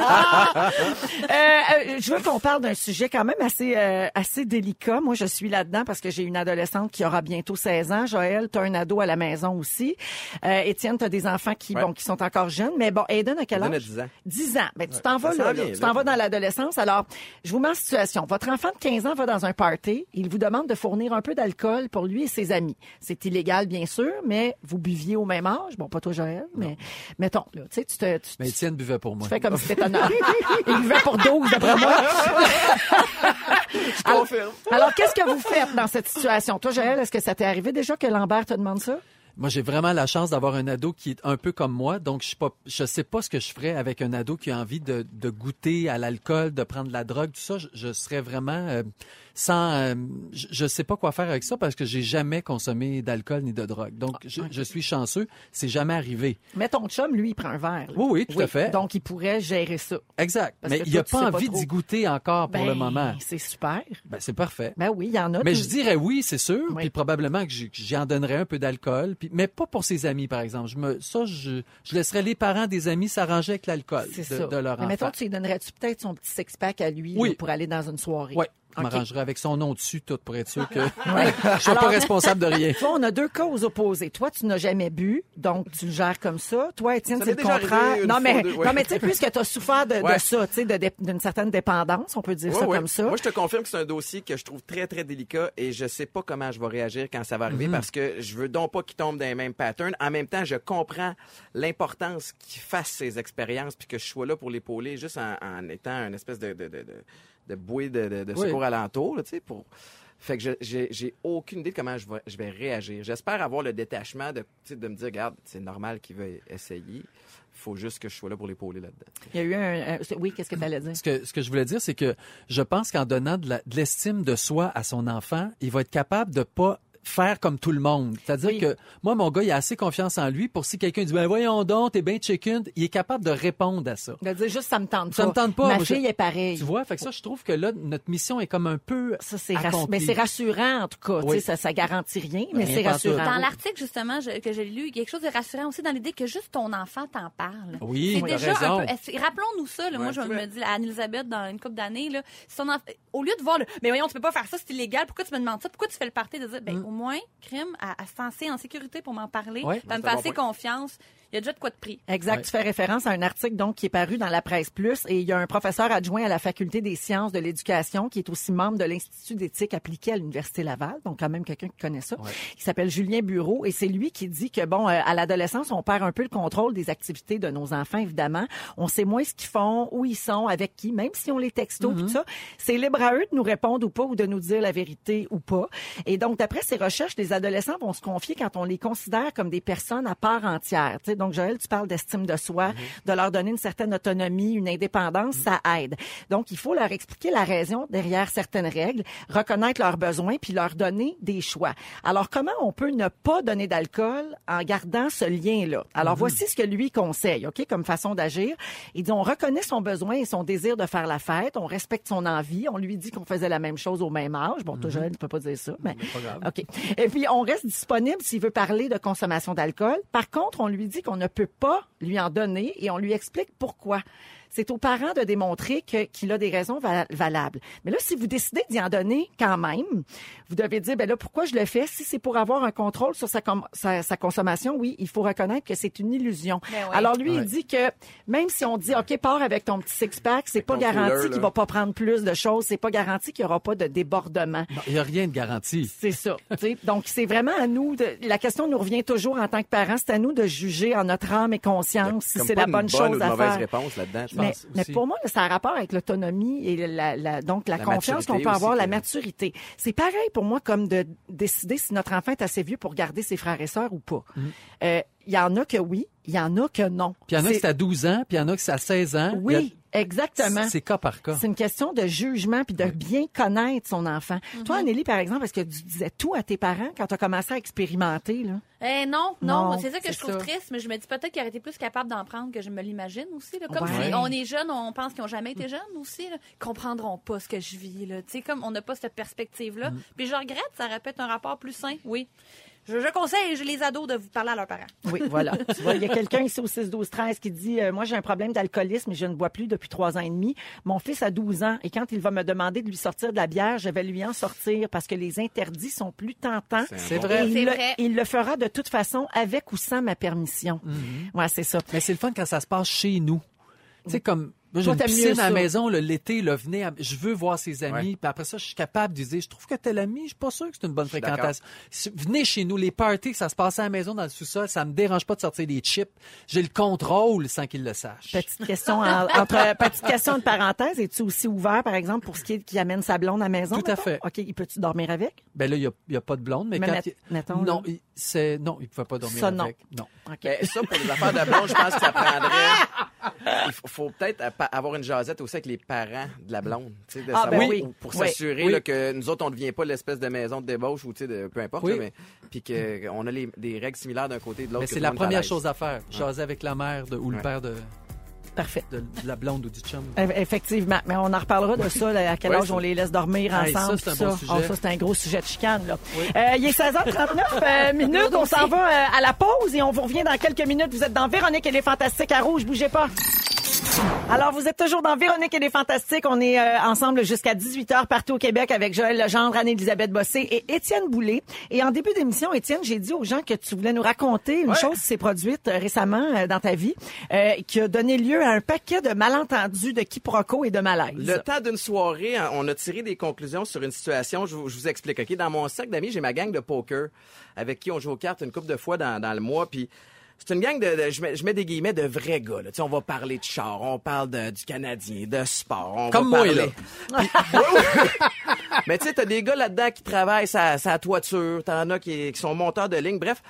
[SPEAKER 1] Euh, euh, je veux qu'on parle d'un sujet quand même assez euh, assez délicat. Moi, je suis là-dedans parce que j'ai une adolescente qui aura bientôt 16 ans. Joël, t'as un ado à la maison aussi. Euh, Étienne, t'as des enfants qui
[SPEAKER 3] Ouais.
[SPEAKER 1] bon qui sont encore jeunes, mais bon, Aiden a quel
[SPEAKER 3] Aiden a
[SPEAKER 1] âge
[SPEAKER 3] 10 ans.
[SPEAKER 1] 10 ans. Ben, tu t'en vas
[SPEAKER 3] ça
[SPEAKER 1] là,
[SPEAKER 3] s'en
[SPEAKER 1] là.
[SPEAKER 3] vient,
[SPEAKER 1] Tu
[SPEAKER 3] là.
[SPEAKER 1] t'en vas dans l'adolescence. Alors, je vous mets en situation. Votre enfant de 15 ans va dans un party. Il vous demande de fournir un peu d'alcool pour lui et ses amis. C'est illégal, bien sûr, mais vous buviez au même âge. Bon, pas toi, Joël, mais mettons, là, tu sais, tu te, tu-
[SPEAKER 4] Mais Étienne buvait pour moi.
[SPEAKER 1] tu fais comme si c'était un homme. Il buvait pour 12, d'après moi. alors,
[SPEAKER 3] confirme.
[SPEAKER 1] alors, qu'est-ce que vous faites dans cette situation? Toi, Joël, est-ce que ça t'est arrivé déjà que Lambert te demande ça?
[SPEAKER 4] Moi, j'ai vraiment la chance d'avoir un ado qui est un peu comme moi, donc je suis pas, je sais pas ce que je ferais avec un ado qui a envie de, de goûter à l'alcool, de prendre de la drogue, tout ça. Je, je serais vraiment euh, sans, euh, je, je sais pas quoi faire avec ça parce que j'ai jamais consommé d'alcool ni de drogue. Donc,
[SPEAKER 1] Ah,
[SPEAKER 4] je, je suis chanceux, c'est jamais arrivé.
[SPEAKER 1] Mais ton chum, lui, il prend un verre. là.
[SPEAKER 4] Oui, oui, tout à fait.
[SPEAKER 1] Donc, il pourrait gérer ça.
[SPEAKER 4] Exact.
[SPEAKER 1] Parce
[SPEAKER 4] Mais
[SPEAKER 1] que
[SPEAKER 4] il a
[SPEAKER 1] toi, tu sais
[SPEAKER 4] pas
[SPEAKER 1] pas
[SPEAKER 4] envie
[SPEAKER 1] trop.
[SPEAKER 4] d'y goûter encore pour
[SPEAKER 1] Ben,
[SPEAKER 4] le moment.
[SPEAKER 1] C'est super.
[SPEAKER 4] Ben, c'est parfait.
[SPEAKER 1] Ben oui, il y en a.
[SPEAKER 4] Mais
[SPEAKER 1] tout-
[SPEAKER 4] je dirais oui, c'est sûr.
[SPEAKER 1] Oui.
[SPEAKER 4] Puis probablement que j'y- que j'y en donnerais un peu d'alcool. Puis, mais pas pour ses amis, par exemple. Je me, ça, je, je laisserais les parents des amis s'arranger avec l'alcool
[SPEAKER 1] C'est
[SPEAKER 4] de,
[SPEAKER 1] ça.
[SPEAKER 4] de leur
[SPEAKER 1] Mais mettons,
[SPEAKER 4] enfant.
[SPEAKER 1] tu lui donnerais-tu peut-être son petit six-pack à lui
[SPEAKER 4] Oui.
[SPEAKER 1] là, pour aller dans une soirée?
[SPEAKER 4] Oui, je
[SPEAKER 1] Ok.
[SPEAKER 4] m'arrangerais avec son nom dessus, tout, pour être sûr que je sois pas responsable de rien.
[SPEAKER 1] Tu vois, on a deux causes opposées. Toi, tu n'as jamais bu, donc tu le gères comme ça. Toi, Étienne,
[SPEAKER 3] Ça
[SPEAKER 1] c'est
[SPEAKER 3] m'est
[SPEAKER 1] le
[SPEAKER 3] déjà arrivé
[SPEAKER 1] contraire.
[SPEAKER 3] une
[SPEAKER 1] Non
[SPEAKER 3] fois,
[SPEAKER 1] mais,
[SPEAKER 3] deux, ouais.
[SPEAKER 1] non, mais tu sais, puisque tu as souffert de, de
[SPEAKER 3] Ouais.
[SPEAKER 1] ça, tu sais, de dé- d'une certaine dépendance, on peut dire
[SPEAKER 3] Ouais,
[SPEAKER 1] ça
[SPEAKER 3] ouais.
[SPEAKER 1] comme ça.
[SPEAKER 3] Moi, je te confirme que c'est un dossier que je trouve très, très délicat et je sais pas comment je vais réagir quand ça va arriver
[SPEAKER 1] Mhm.
[SPEAKER 3] parce que je veux donc pas qu'il tombe dans les mêmes patterns. En même temps, je comprends l'importance qu'il fasse ses expériences puis que je sois là pour l'épauler juste en, en étant un espèce de, de, de, de- de bouées de, de- de
[SPEAKER 4] Oui.
[SPEAKER 3] secours alentour, là, tu sais, pour... Fait que je- j'ai j'ai aucune idée de comment je vais, je vais réagir. J'espère avoir le détachement de, tu sais, de me dire, regarde, c'est normal qu'il veut essayer. faut juste que je sois là pour l'épauler là-dedans.
[SPEAKER 1] Il y a eu un. un- oui, qu'est-ce que tu allais dire?
[SPEAKER 4] Ce que, ce que je voulais dire, c'est que je pense qu'en donnant de la- de l'estime de, soi à son enfant, il va être capable de pas faire comme tout le monde. C'est-à-dire
[SPEAKER 1] Oui.
[SPEAKER 4] que moi, mon gars, il a assez confiance en lui pour si quelqu'un dit, ben voyons donc, t'es bien chicken, il est capable de répondre à ça.
[SPEAKER 1] De dire juste, ça me tente pas.
[SPEAKER 4] Ça me tente pas.
[SPEAKER 1] Ma
[SPEAKER 4] Moi, je-
[SPEAKER 1] fille est pareille.
[SPEAKER 4] Tu vois, fait que ça, je trouve que là, notre mission est comme un peu
[SPEAKER 1] Ça, c'est rassu-
[SPEAKER 4] accomplie.
[SPEAKER 1] mais c'est rassurant, en tout cas.
[SPEAKER 4] Oui.
[SPEAKER 1] Tu sais, Ça, ça garantit rien, mais
[SPEAKER 4] Rien
[SPEAKER 1] c'est
[SPEAKER 4] pas en tout.
[SPEAKER 1] rassurant.
[SPEAKER 2] Dans
[SPEAKER 1] oui.
[SPEAKER 2] l'article, justement, je- que j'ai lu, il y a quelque chose de rassurant aussi dans l'idée que juste ton enfant t'en parle.
[SPEAKER 4] Oui,
[SPEAKER 2] c'est
[SPEAKER 4] t'as
[SPEAKER 2] déjà
[SPEAKER 4] raison.
[SPEAKER 2] un peu. est-ce- Rappelons-nous ça. là. moi,
[SPEAKER 3] Ouais,
[SPEAKER 2] je
[SPEAKER 3] c'est
[SPEAKER 2] me
[SPEAKER 3] vrai.
[SPEAKER 2] dis à Anne-Elisabeth dans une couple d'années, là, si ton enf- au lieu de voir le Mais voyons, tu peux pas faire ça, c'est illégal, pourquoi tu me demandes ça? Pourquoi tu fais le party de dire ben, au moins, crime, à, à se penser en sécurité pour m'en parler,
[SPEAKER 4] Mm. Ouais.
[SPEAKER 2] à me
[SPEAKER 3] C'est un bon
[SPEAKER 2] passer
[SPEAKER 3] point.
[SPEAKER 2] confiance. Il y a déjà de quoi de prix.
[SPEAKER 1] Exact. Tu fais référence à un article donc qui est paru dans la presse plus et il y a un professeur adjoint à la faculté des sciences de l'éducation qui est aussi membre de l'institut d'éthique appliquée à l'université Laval, donc quand même quelqu'un qui connaît ça. Il s'appelle Julien Bureau et c'est lui qui dit que bon euh, à l'adolescence on perd un peu le contrôle des activités de nos enfants évidemment. On sait moins ce qu'ils font, où ils sont, avec qui, même si on les textos puis tout ça. C'est libre à eux de nous répondre ou pas ou de nous dire la vérité ou pas. Et donc d'après ces recherches, les adolescents vont se confier quand on les considère comme des personnes à part entière. tu sais. Donc Joël, tu parles d'estime de soi, de leur donner une certaine autonomie, une indépendance, ça aide. Donc il faut leur expliquer la raison derrière certaines règles, reconnaître leurs besoins puis leur donner des choix. Alors comment on peut ne pas donner d'alcool en gardant ce lien-là Alors voici ce que lui conseille, ok, comme façon d'agir. Il dit on reconnaît son besoin et son désir de faire la fête, on respecte son envie, on lui dit qu'on faisait la même chose au même âge. Bon, toi, Joël, tu peux pas dire ça, mais OK. Et puis, on reste disponible s'il veut parler de consommation d'alcool. Par contre, on lui dit qu'on ne peut pas lui en donner et on lui explique pourquoi. C'est aux parents de démontrer que- qu'il a des raisons val- valables. Mais là, si vous décidez d'y en donner quand même, vous devez dire, ben là, pourquoi je le fais? Si c'est pour avoir un contrôle sur sa, com- sa- sa consommation, oui, il faut reconnaître que c'est une illusion.
[SPEAKER 2] Ben oui.
[SPEAKER 1] Alors, lui, il dit que même si on dit, OK, pars avec ton petit six-pack, c'est pas
[SPEAKER 3] ton cooler,
[SPEAKER 1] garanti qu'il
[SPEAKER 3] là.
[SPEAKER 1] va pas prendre plus de choses, c'est pas garanti qu'il y aura pas de débordement.
[SPEAKER 4] Non, Il n'y a rien de garanti.
[SPEAKER 1] C'est ça. tu sais. Donc, c'est vraiment à nous. De, la question nous revient toujours en tant que parents. C'est à nous de juger en notre âme et conscience si
[SPEAKER 3] Comme
[SPEAKER 1] c'est
[SPEAKER 3] pas
[SPEAKER 1] la
[SPEAKER 3] une
[SPEAKER 1] bonne
[SPEAKER 3] ou
[SPEAKER 1] chose
[SPEAKER 3] une
[SPEAKER 1] à
[SPEAKER 3] mauvaise
[SPEAKER 1] faire.
[SPEAKER 3] réponse là-dedans, je
[SPEAKER 1] Mais,
[SPEAKER 3] pense.
[SPEAKER 1] mais
[SPEAKER 4] aussi.
[SPEAKER 1] pour moi, ça a rapport avec l'autonomie et la, la- donc la,
[SPEAKER 3] La
[SPEAKER 1] confiance qu'on
[SPEAKER 3] maturité
[SPEAKER 1] peut avoir,
[SPEAKER 3] aussi,
[SPEAKER 1] la
[SPEAKER 3] que-
[SPEAKER 1] maturité. C'est pareil pour moi comme de décider si notre enfant est assez vieux pour garder ses frères et sœurs ou pas. Euh, Il y en a que oui, il y en a que non.
[SPEAKER 4] Mm. Puis il y en a
[SPEAKER 1] C'est-
[SPEAKER 4] qui c'est à 12 ans, puis il y en a qui c'est à 16 ans. Il y
[SPEAKER 1] Oui,
[SPEAKER 4] a-
[SPEAKER 1] exactement.
[SPEAKER 4] C'est cas par cas.
[SPEAKER 1] C'est une question de jugement puis de bien connaître son enfant. Toi, Anneli, par exemple, est-ce que tu disais tout à tes parents quand tu as commencé à expérimenter? Là?
[SPEAKER 2] Eh non, non,
[SPEAKER 1] Non,
[SPEAKER 2] c'est ça que
[SPEAKER 1] c'est
[SPEAKER 2] je trouve
[SPEAKER 1] ça.
[SPEAKER 2] triste, mais je me dis peut-être qu'il aurait été plus capable d'en prendre que je me l'imagine aussi. là. Comme
[SPEAKER 1] Ouais.
[SPEAKER 2] si on est jeune, on pense qu'ils ont jamais été jeunes aussi. Là. Ils comprendront pas ce que je vis. Là. Tu sais, comme on n'a pas cette perspective-là. Puis je regrette, ça répète un rapport plus sain, oui. Je, je conseille les ados de vous parler à leurs parents.
[SPEAKER 1] Oui, voilà. tu vois, il y a quelqu'un ici au 6 12 13 qui dit euh, moi j'ai un problème d'alcoolisme et je ne bois plus depuis trois ans et demi. Mon fils a 12 ans et quand il va me demander de lui sortir de la bière, je vais lui en sortir parce que les interdits sont plus tentants.
[SPEAKER 4] C'est
[SPEAKER 3] bon
[SPEAKER 1] Et
[SPEAKER 4] vrai.
[SPEAKER 2] C'est
[SPEAKER 1] il, le,
[SPEAKER 2] vrai.
[SPEAKER 1] il le fera de toute façon avec ou sans ma permission. Ouais, c'est ça.
[SPEAKER 4] Mais c'est le fun quand ça se passe chez nous. Tu sais, comme. Moi, j'ai
[SPEAKER 1] Toi,
[SPEAKER 4] une
[SPEAKER 1] t'aimes mieux
[SPEAKER 4] piscine à
[SPEAKER 1] ça.
[SPEAKER 4] la maison, là, l'été, là, venez, à- je veux voir ses amis. Puis après ça, je suis capable de dire, je trouve que tel ami, je suis pas sûr que c'est une bonne
[SPEAKER 3] d'accord.
[SPEAKER 4] fréquentation. Si- Venez chez nous, les parties, que ça se passait à la maison dans le sous-sol, ça me dérange pas de sortir des chips. J'ai le contrôle sans qu'il le sache.
[SPEAKER 1] Petite question en- entre petite question de parenthèse, es-tu aussi ouvert par exemple pour ce qui est qui amène sa blonde à la maison
[SPEAKER 4] Tout à
[SPEAKER 1] mettons?
[SPEAKER 4] fait.
[SPEAKER 1] OK, il peut tu dormir avec
[SPEAKER 4] Ben là, il y a, il y a pas de blonde, mais,
[SPEAKER 1] Mais
[SPEAKER 4] quand.
[SPEAKER 1] met-
[SPEAKER 4] il-
[SPEAKER 1] mettons,
[SPEAKER 4] non,
[SPEAKER 1] là.
[SPEAKER 4] il, c'est, non, il pouvait pas dormir
[SPEAKER 1] Ça, non.
[SPEAKER 4] avec. Non.
[SPEAKER 1] OK.
[SPEAKER 3] Mais Ben, ça, pour les affaires de blonde, je pense que ça prendrait. Il faut, faut peut-être appa- avoir une jasette aussi avec les parents de la blonde. tu sais, De
[SPEAKER 1] Ah,
[SPEAKER 3] savoir,
[SPEAKER 1] ben oui.
[SPEAKER 3] ou- Pour
[SPEAKER 1] Oui.
[SPEAKER 3] s'assurer
[SPEAKER 4] Oui.
[SPEAKER 3] là, que nous autres, on ne devient pas l'espèce de maison de débauche ou tu sais, de, peu importe.
[SPEAKER 4] Oui.
[SPEAKER 3] là, mais, puis que- qu'on a les- des règles similaires d'un côté et de l'autre.
[SPEAKER 4] Mais
[SPEAKER 3] que
[SPEAKER 4] c'est
[SPEAKER 3] tout
[SPEAKER 4] la
[SPEAKER 3] le monde est à
[SPEAKER 4] première
[SPEAKER 3] l'aise.
[SPEAKER 4] chose à faire. Jaser avec la mère de, ou le
[SPEAKER 3] Ouais.
[SPEAKER 4] père de,
[SPEAKER 1] Parfait.
[SPEAKER 4] de, de la blonde ou du chum.
[SPEAKER 1] Eff- Effectivement, mais on en reparlera de ça, là, à quel
[SPEAKER 3] Ouais,
[SPEAKER 1] âge
[SPEAKER 3] ça-
[SPEAKER 1] on les laisse dormir
[SPEAKER 4] Hey,
[SPEAKER 1] ensemble.
[SPEAKER 4] ça, c'est
[SPEAKER 1] tout
[SPEAKER 4] un bon sujet.
[SPEAKER 1] Ah, ça, c'est un gros sujet de chicane. Là. Euh, il est 16h39 euh, minutes, on s'en va euh, à la pause et on vous revient dans quelques minutes. Vous êtes dans Véronique et les Fantastiques à Rouge, bougez pas. Alors, vous êtes toujours dans Véronique et les Fantastiques. On est euh, ensemble jusqu'à 18h partout au Québec avec Joël Legendre, Anne-Élisabeth Bossé et Étienne Boulay. Et en début d'émission, Étienne, j'ai dit aux gens que tu voulais nous raconter une chose qui s'est produite euh, récemment euh, dans ta vie, euh, qui a donné lieu à un paquet de malentendus, de quiproquos et de malaise.
[SPEAKER 3] Le temps d'une soirée, hein, on a tiré des conclusions sur une situation. Je vous, je vous explique. OK, dans mon sac d'amis, j'ai ma gang de poker avec qui on joue aux cartes une couple de fois dans, dans le mois. Puis C'est une gang de, de- je, mets, je mets des guillemets de vrais gars. Là. Tu sais, On va parler de char, on parle de- du Canadien, de sport. on
[SPEAKER 4] Comme
[SPEAKER 3] va
[SPEAKER 4] moi,
[SPEAKER 3] parler- Mais tu sais, t'as des gars là-dedans qui travaillent sa, sa toiture, t'en as qui, qui sont monteurs de ligne. Bref,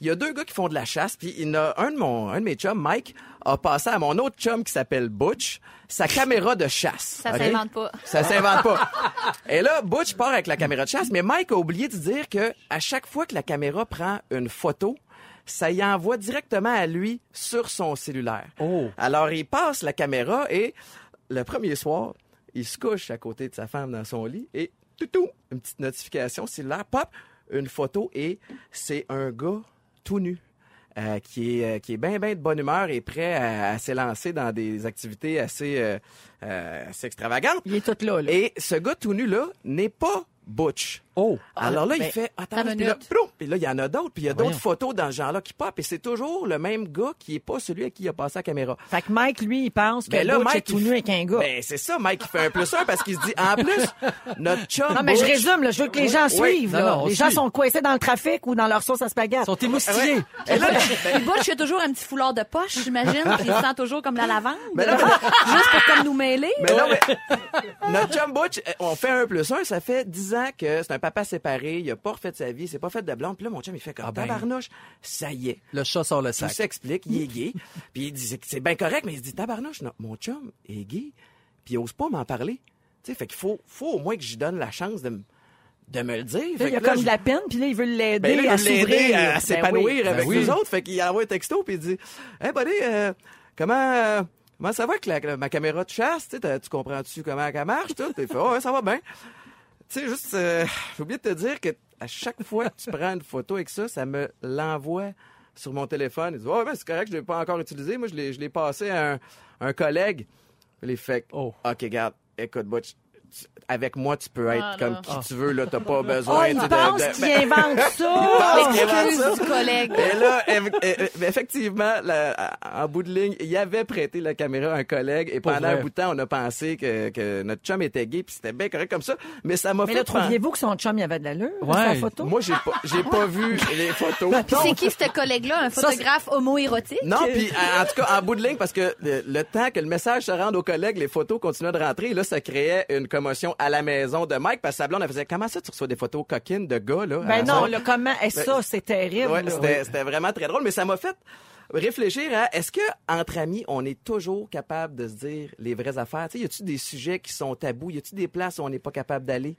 [SPEAKER 3] il y a deux gars qui font de la chasse, puis il y en a un de mon, un de mes chums, Mike, a passé à mon autre chum qui s'appelle Butch sa caméra de chasse.
[SPEAKER 2] Ça
[SPEAKER 3] OK?
[SPEAKER 2] s'invente pas.
[SPEAKER 3] Ça s'invente pas. Et là, Butch part avec la caméra de chasse, mais Mike a oublié de dire que à chaque fois que la caméra prend une photo, ça y envoie directement à lui sur son cellulaire. Alors, il passe la caméra et le premier soir, il se couche à côté de sa femme dans son lit et toutou, une petite notification cellulaire, pop, une photo et c'est un gars tout nu. euh, qui est, euh, qui est bien, bien de bonne humeur et prêt à, à s'élancer dans des activités assez, euh, euh, assez extravagantes.
[SPEAKER 1] Il est tout là, là.
[SPEAKER 3] Et ce gars tout nu là n'est pas Butch.
[SPEAKER 4] Oh.
[SPEAKER 3] Alors là, il
[SPEAKER 2] ben,
[SPEAKER 3] fait attends,
[SPEAKER 2] ta
[SPEAKER 3] puis là,
[SPEAKER 2] minute.
[SPEAKER 3] proum, puis là, il y en a d'autres, puis il y a
[SPEAKER 4] Voyons.
[SPEAKER 3] d'autres photos dans ce genre-là qui pop, et c'est toujours le même gars qui est pas celui à qui il a passé la caméra.
[SPEAKER 1] Fait que Mike, lui, il pense que
[SPEAKER 3] Ben
[SPEAKER 1] là, Butch est
[SPEAKER 3] il
[SPEAKER 1] tout nu
[SPEAKER 3] f-
[SPEAKER 1] avec un gars.
[SPEAKER 3] Ben, c'est ça, Mike, il fait un plus un parce qu'il se dit, en plus, notre chum.
[SPEAKER 1] non, mais je
[SPEAKER 3] Butch-
[SPEAKER 1] résume, là, je veux que les gens
[SPEAKER 3] oui,
[SPEAKER 1] suivent.
[SPEAKER 4] non,
[SPEAKER 1] là.
[SPEAKER 4] non, on
[SPEAKER 1] les gens
[SPEAKER 4] suit.
[SPEAKER 1] sont coincés dans le trafic ou dans leur sauce à
[SPEAKER 4] Ils
[SPEAKER 1] spaghette.
[SPEAKER 4] sont émoustillés.
[SPEAKER 3] Et là,
[SPEAKER 2] Puis Butch, il a toujours un petit foulard de poche, j'imagine, puis il sent toujours comme la lavande. Juste pour comme nous mêler.
[SPEAKER 3] Mais Ben non, mais notre chum Butch, euh, on fait un plus un, ça fait 10 ans que c'est un papa séparé, il a pas refait sa vie, c'est pas fait de blonde. Puis là, mon chum, il fait comme
[SPEAKER 4] ben.
[SPEAKER 3] tabarnouche, ça y est.
[SPEAKER 4] Le chat sort le
[SPEAKER 3] Tout
[SPEAKER 4] sac.
[SPEAKER 3] s'explique, il est gay. Puis il dit, c'est bien correct, mais il se dit, tabarnouche, non, mon chum est gay. Puis il ose pas m'en parler. Tu sais, fait qu'il faut, faut au moins que j'y donne la chance de, m- de me le dire. Fait
[SPEAKER 1] il a
[SPEAKER 3] que là,
[SPEAKER 1] comme
[SPEAKER 3] je-
[SPEAKER 1] de la peine, puis là, il veut l'aider
[SPEAKER 3] ben là, il
[SPEAKER 1] à
[SPEAKER 3] veut l'aider
[SPEAKER 1] s'ouvrir.
[SPEAKER 3] à,
[SPEAKER 1] Ben
[SPEAKER 3] s'épanouir
[SPEAKER 1] oui.
[SPEAKER 3] avec
[SPEAKER 4] oui.
[SPEAKER 3] nous autres. Fait qu'il envoie un texto puis il dit Hey buddy, euh, comment, euh, comment ça va que la- la- ma caméra de chasse? Tu sais, t'as- tu comprends-tu comment elle marche? tout? Il fait oh, ouais, ça va bien. Tu sais, juste, euh, j'ai oublié de te dire que à chaque fois que tu prends une photo avec ça, ça me l'envoie sur mon téléphone. Il dit Ouais, ben, c'est correct, je l'ai pas encore utilisé. Moi, je l'ai je l'ai passé à un, un collègue. Il fait
[SPEAKER 4] Oh.
[SPEAKER 3] OK, garde, écoute, Butch. tu- Avec moi, tu peux être
[SPEAKER 2] Ah,
[SPEAKER 3] comme
[SPEAKER 2] là.
[SPEAKER 3] qui tu veux, là, t'as pas
[SPEAKER 1] Oh,
[SPEAKER 3] besoin
[SPEAKER 1] il
[SPEAKER 3] tu sais, de-
[SPEAKER 1] pense
[SPEAKER 3] de-
[SPEAKER 1] qu'il
[SPEAKER 3] Ben,
[SPEAKER 1] invente
[SPEAKER 3] pense
[SPEAKER 1] ça!
[SPEAKER 3] qu'il invente ça.
[SPEAKER 2] Excuse du collègue.
[SPEAKER 3] et là, eff- eff- effectivement, la- en bout de ligne, il avait prêté la caméra à un collègue et pendant
[SPEAKER 4] vrai.
[SPEAKER 3] un bout de temps, on a pensé que, que notre chum était gay puis c'était bien correct comme ça. Mais ça m'a
[SPEAKER 1] Mais
[SPEAKER 3] fait
[SPEAKER 1] là,
[SPEAKER 3] pen-
[SPEAKER 1] trouviez-vous que son chum, il avait de l'allure dans
[SPEAKER 4] Ouais.
[SPEAKER 1] sa photo?
[SPEAKER 3] Moi, j'ai pas, j'ai pas vu les photos.
[SPEAKER 1] Bah,
[SPEAKER 2] Puis c'est qui ce collègue-là? Un photographe homo-érotique?
[SPEAKER 3] Non, puis en en tout cas, en bout de ligne, parce que le, le temps que le message se rende aux collègues, les photos continuaient de rentrer. Et là, ça créait une commotion à la maison de Mike parce que sa blonde, elle faisait « Comment ça, tu reçois des photos coquines de gars, là? » à la
[SPEAKER 1] Ben non,
[SPEAKER 3] maison?
[SPEAKER 1] le comment... Et ça, c'est terrible.
[SPEAKER 3] Euh, Ouais,
[SPEAKER 1] là.
[SPEAKER 3] c'était, c'était vraiment très drôle, mais ça m'a fait réfléchir à est-ce que entre amis, on est toujours capable de se dire les vraies affaires? Tu sais, y a-tu des sujets qui sont tabous? Y a-tu des places où on n'est pas capable d'aller?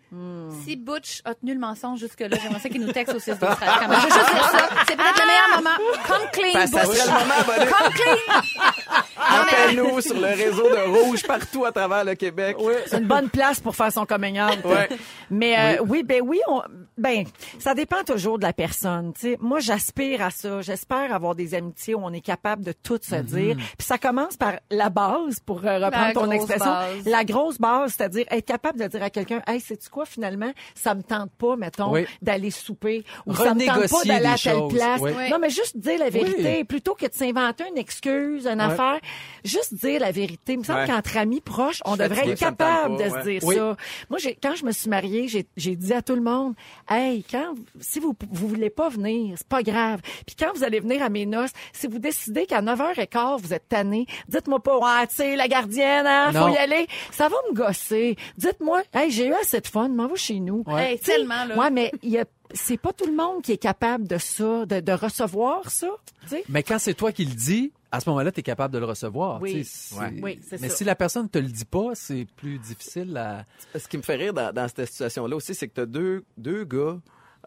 [SPEAKER 2] Si Butch a tenu le mensonge jusque-là, j'aimerais ça qu'il nous texte au 6 12 13. quand même. Ah, Je veux juste dire ça. C'est peut-être le meilleur moment. Come clean,
[SPEAKER 3] Ben, ça
[SPEAKER 2] Butch.
[SPEAKER 3] serait le moment, Bonnet.
[SPEAKER 2] Come clean.
[SPEAKER 3] Appelle-nous sur le réseau de Rouge partout à travers le Québec.
[SPEAKER 1] C'est une bonne place pour faire son coming out.
[SPEAKER 3] Ouais.
[SPEAKER 1] Mais euh, oui. ben oui, on, ben ça dépend toujours de la personne. tu sais. Moi, j'aspire à ça. J'espère avoir des amitiés où on est capable de tout
[SPEAKER 4] Mhm.
[SPEAKER 1] se dire. Puis ça commence par la base, pour euh, reprendre
[SPEAKER 2] La
[SPEAKER 1] ton
[SPEAKER 2] grosse
[SPEAKER 1] expression.
[SPEAKER 2] base.
[SPEAKER 1] La grosse base, c'est-à-dire être capable de dire à quelqu'un, hey, sais tu quoi finalement, ça me tente pas, mettons,
[SPEAKER 4] Oui.
[SPEAKER 1] d'aller souper ou ça me tente pas
[SPEAKER 4] Renégocier
[SPEAKER 1] d'aller à
[SPEAKER 4] des
[SPEAKER 1] telle
[SPEAKER 4] choses,
[SPEAKER 1] place.
[SPEAKER 4] oui.
[SPEAKER 1] Non, mais juste dire la vérité
[SPEAKER 4] Oui.
[SPEAKER 1] plutôt que de s'inventer une excuse, une affaire. Juste dire la vérité. Il me semble
[SPEAKER 3] Ouais.
[SPEAKER 1] qu'entre amis proches, on
[SPEAKER 3] Je suis
[SPEAKER 1] devrait être
[SPEAKER 3] fatigué, ça me tente
[SPEAKER 1] capable
[SPEAKER 3] pas,
[SPEAKER 1] de
[SPEAKER 3] ouais.
[SPEAKER 1] se dire
[SPEAKER 4] Oui.
[SPEAKER 1] ça. Moi, j'ai, quand je me suis mariée, j'ai, j'ai dit à tout le monde, hey, quand, si vous, vous voulez pas venir, c'est pas grave. Puis quand vous allez venir à mes noces, si vous décidez qu'à 9h15, vous êtes tanné, dites-moi pas, ouais, tu sais, la gardienne, hein, faut
[SPEAKER 4] Non.
[SPEAKER 1] y aller. Ça va me gosser. Dites-moi, hey, j'ai eu assez de fun, m'en vais chez nous.
[SPEAKER 2] Ouais. Hey,
[SPEAKER 1] Tu sais,
[SPEAKER 2] tellement, là.
[SPEAKER 1] Ouais, mais il y a, c'est pas tout le monde qui est capable de ça, de, de recevoir ça, tu sais.
[SPEAKER 4] Mais quand c'est toi qui le dis, à ce moment-là, tu es capable de le recevoir.
[SPEAKER 1] Oui.
[SPEAKER 4] tu sais, c'est-
[SPEAKER 3] Ouais.
[SPEAKER 1] Oui, c'est
[SPEAKER 4] Mais
[SPEAKER 1] ça.
[SPEAKER 4] si la personne te le dit pas, c'est plus difficile à...
[SPEAKER 3] Ce qui me fait rire dans, dans cette situation-là aussi, c'est que t'as deux, deux gars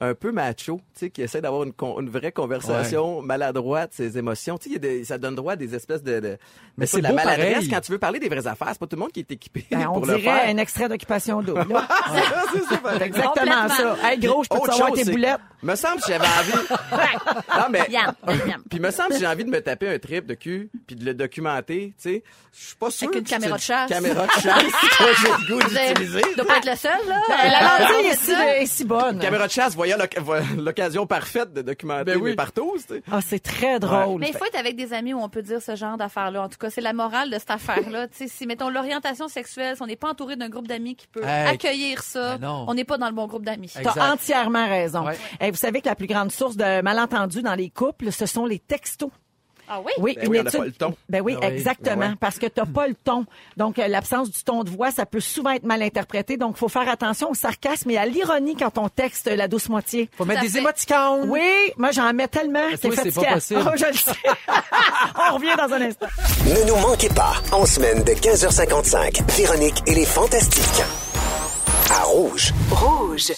[SPEAKER 3] un peu machos, tu sais, qui essaient d'avoir une, con- une vraie conversation maladroite, ses émotions. Tu sais, il y a des- ça donne droit à des espèces de... de-
[SPEAKER 4] Mais
[SPEAKER 3] de-
[SPEAKER 4] c'est
[SPEAKER 3] de la
[SPEAKER 4] beau
[SPEAKER 3] maladresse
[SPEAKER 4] pareil.
[SPEAKER 3] quand tu veux parler des vraies affaires. C'est pas tout le monde qui est équipé
[SPEAKER 1] Ben, on
[SPEAKER 3] pour le
[SPEAKER 1] dirait
[SPEAKER 3] faire.
[SPEAKER 1] un extrait d'occupation double. là.
[SPEAKER 3] C'est ça, par
[SPEAKER 1] C'est
[SPEAKER 3] exemple.
[SPEAKER 1] exactement ça. Hey, gros, je peux te
[SPEAKER 3] Autre
[SPEAKER 1] savoir
[SPEAKER 3] chose,
[SPEAKER 1] tes
[SPEAKER 3] c'est-
[SPEAKER 1] boulettes.
[SPEAKER 3] Me semble que j'avais envie... non, mais...
[SPEAKER 2] Yam, yam, yam.
[SPEAKER 3] Puis me semble que j'ai envie de me taper un trip de cul puis de le documenter, tu sais. Je suis pas sûr
[SPEAKER 2] Avec une
[SPEAKER 3] que
[SPEAKER 2] caméra
[SPEAKER 3] c'est
[SPEAKER 2] de chasse.
[SPEAKER 3] caméra de chasse que j'ai le goût d'utiliser.
[SPEAKER 2] Tu dois pas être le seul, là.
[SPEAKER 1] Ben, la lentille
[SPEAKER 2] On
[SPEAKER 1] est
[SPEAKER 2] fait
[SPEAKER 1] si,
[SPEAKER 2] ça.
[SPEAKER 1] est si bonne.
[SPEAKER 3] Caméra de chasse, voyant l'oc- vo- l'occasion parfaite de documenter
[SPEAKER 4] hein. Ben oui.
[SPEAKER 3] mes partout, tu sais.
[SPEAKER 1] Ah, c'est très drôle.
[SPEAKER 2] Mais il faut être avec des amis où on peut dire ce genre d'affaires-là. En tout cas, c'est la morale de cette affaire-là. Tu sais, si, mettons, l'orientation sexuelle, si on n'est pas entouré d'un groupe d'amis qui peut
[SPEAKER 4] Hey.
[SPEAKER 2] accueillir ça,
[SPEAKER 4] Ben non.
[SPEAKER 2] on n'est pas dans le bon groupe d'amis.
[SPEAKER 4] Exact.
[SPEAKER 1] T'as entièrement raison. Eh,
[SPEAKER 4] Ouais.
[SPEAKER 1] Et vous savez que la plus grande source de malentendus dans les couples, ce sont les textos.
[SPEAKER 2] Ah oui?
[SPEAKER 1] Oui,
[SPEAKER 3] Ben
[SPEAKER 1] une
[SPEAKER 3] oui, on n'a
[SPEAKER 1] étude.
[SPEAKER 3] pas le ton.
[SPEAKER 1] Ben oui,
[SPEAKER 4] Ah oui,
[SPEAKER 1] exactement,
[SPEAKER 3] ben ouais.
[SPEAKER 1] parce que t'as pas le ton. Donc euh, l'absence du ton de voix, ça peut souvent être mal interprété. Donc faut faire attention au sarcasme et à l'ironie quand on texte la douce moitié.
[SPEAKER 4] Faut mettre
[SPEAKER 2] à
[SPEAKER 4] des
[SPEAKER 2] fait.
[SPEAKER 4] émoticônes.
[SPEAKER 1] Oui, moi j'en mets tellement,
[SPEAKER 4] Mais
[SPEAKER 1] c'est
[SPEAKER 4] toi, c'est
[SPEAKER 1] fatigant.
[SPEAKER 4] pas possible.
[SPEAKER 1] Oh, je le sais. on revient dans un instant.
[SPEAKER 10] Ne nous manquez pas, en semaine de 15h55, Véronique et les Fantastiques. À Rouge.
[SPEAKER 9] Rouge.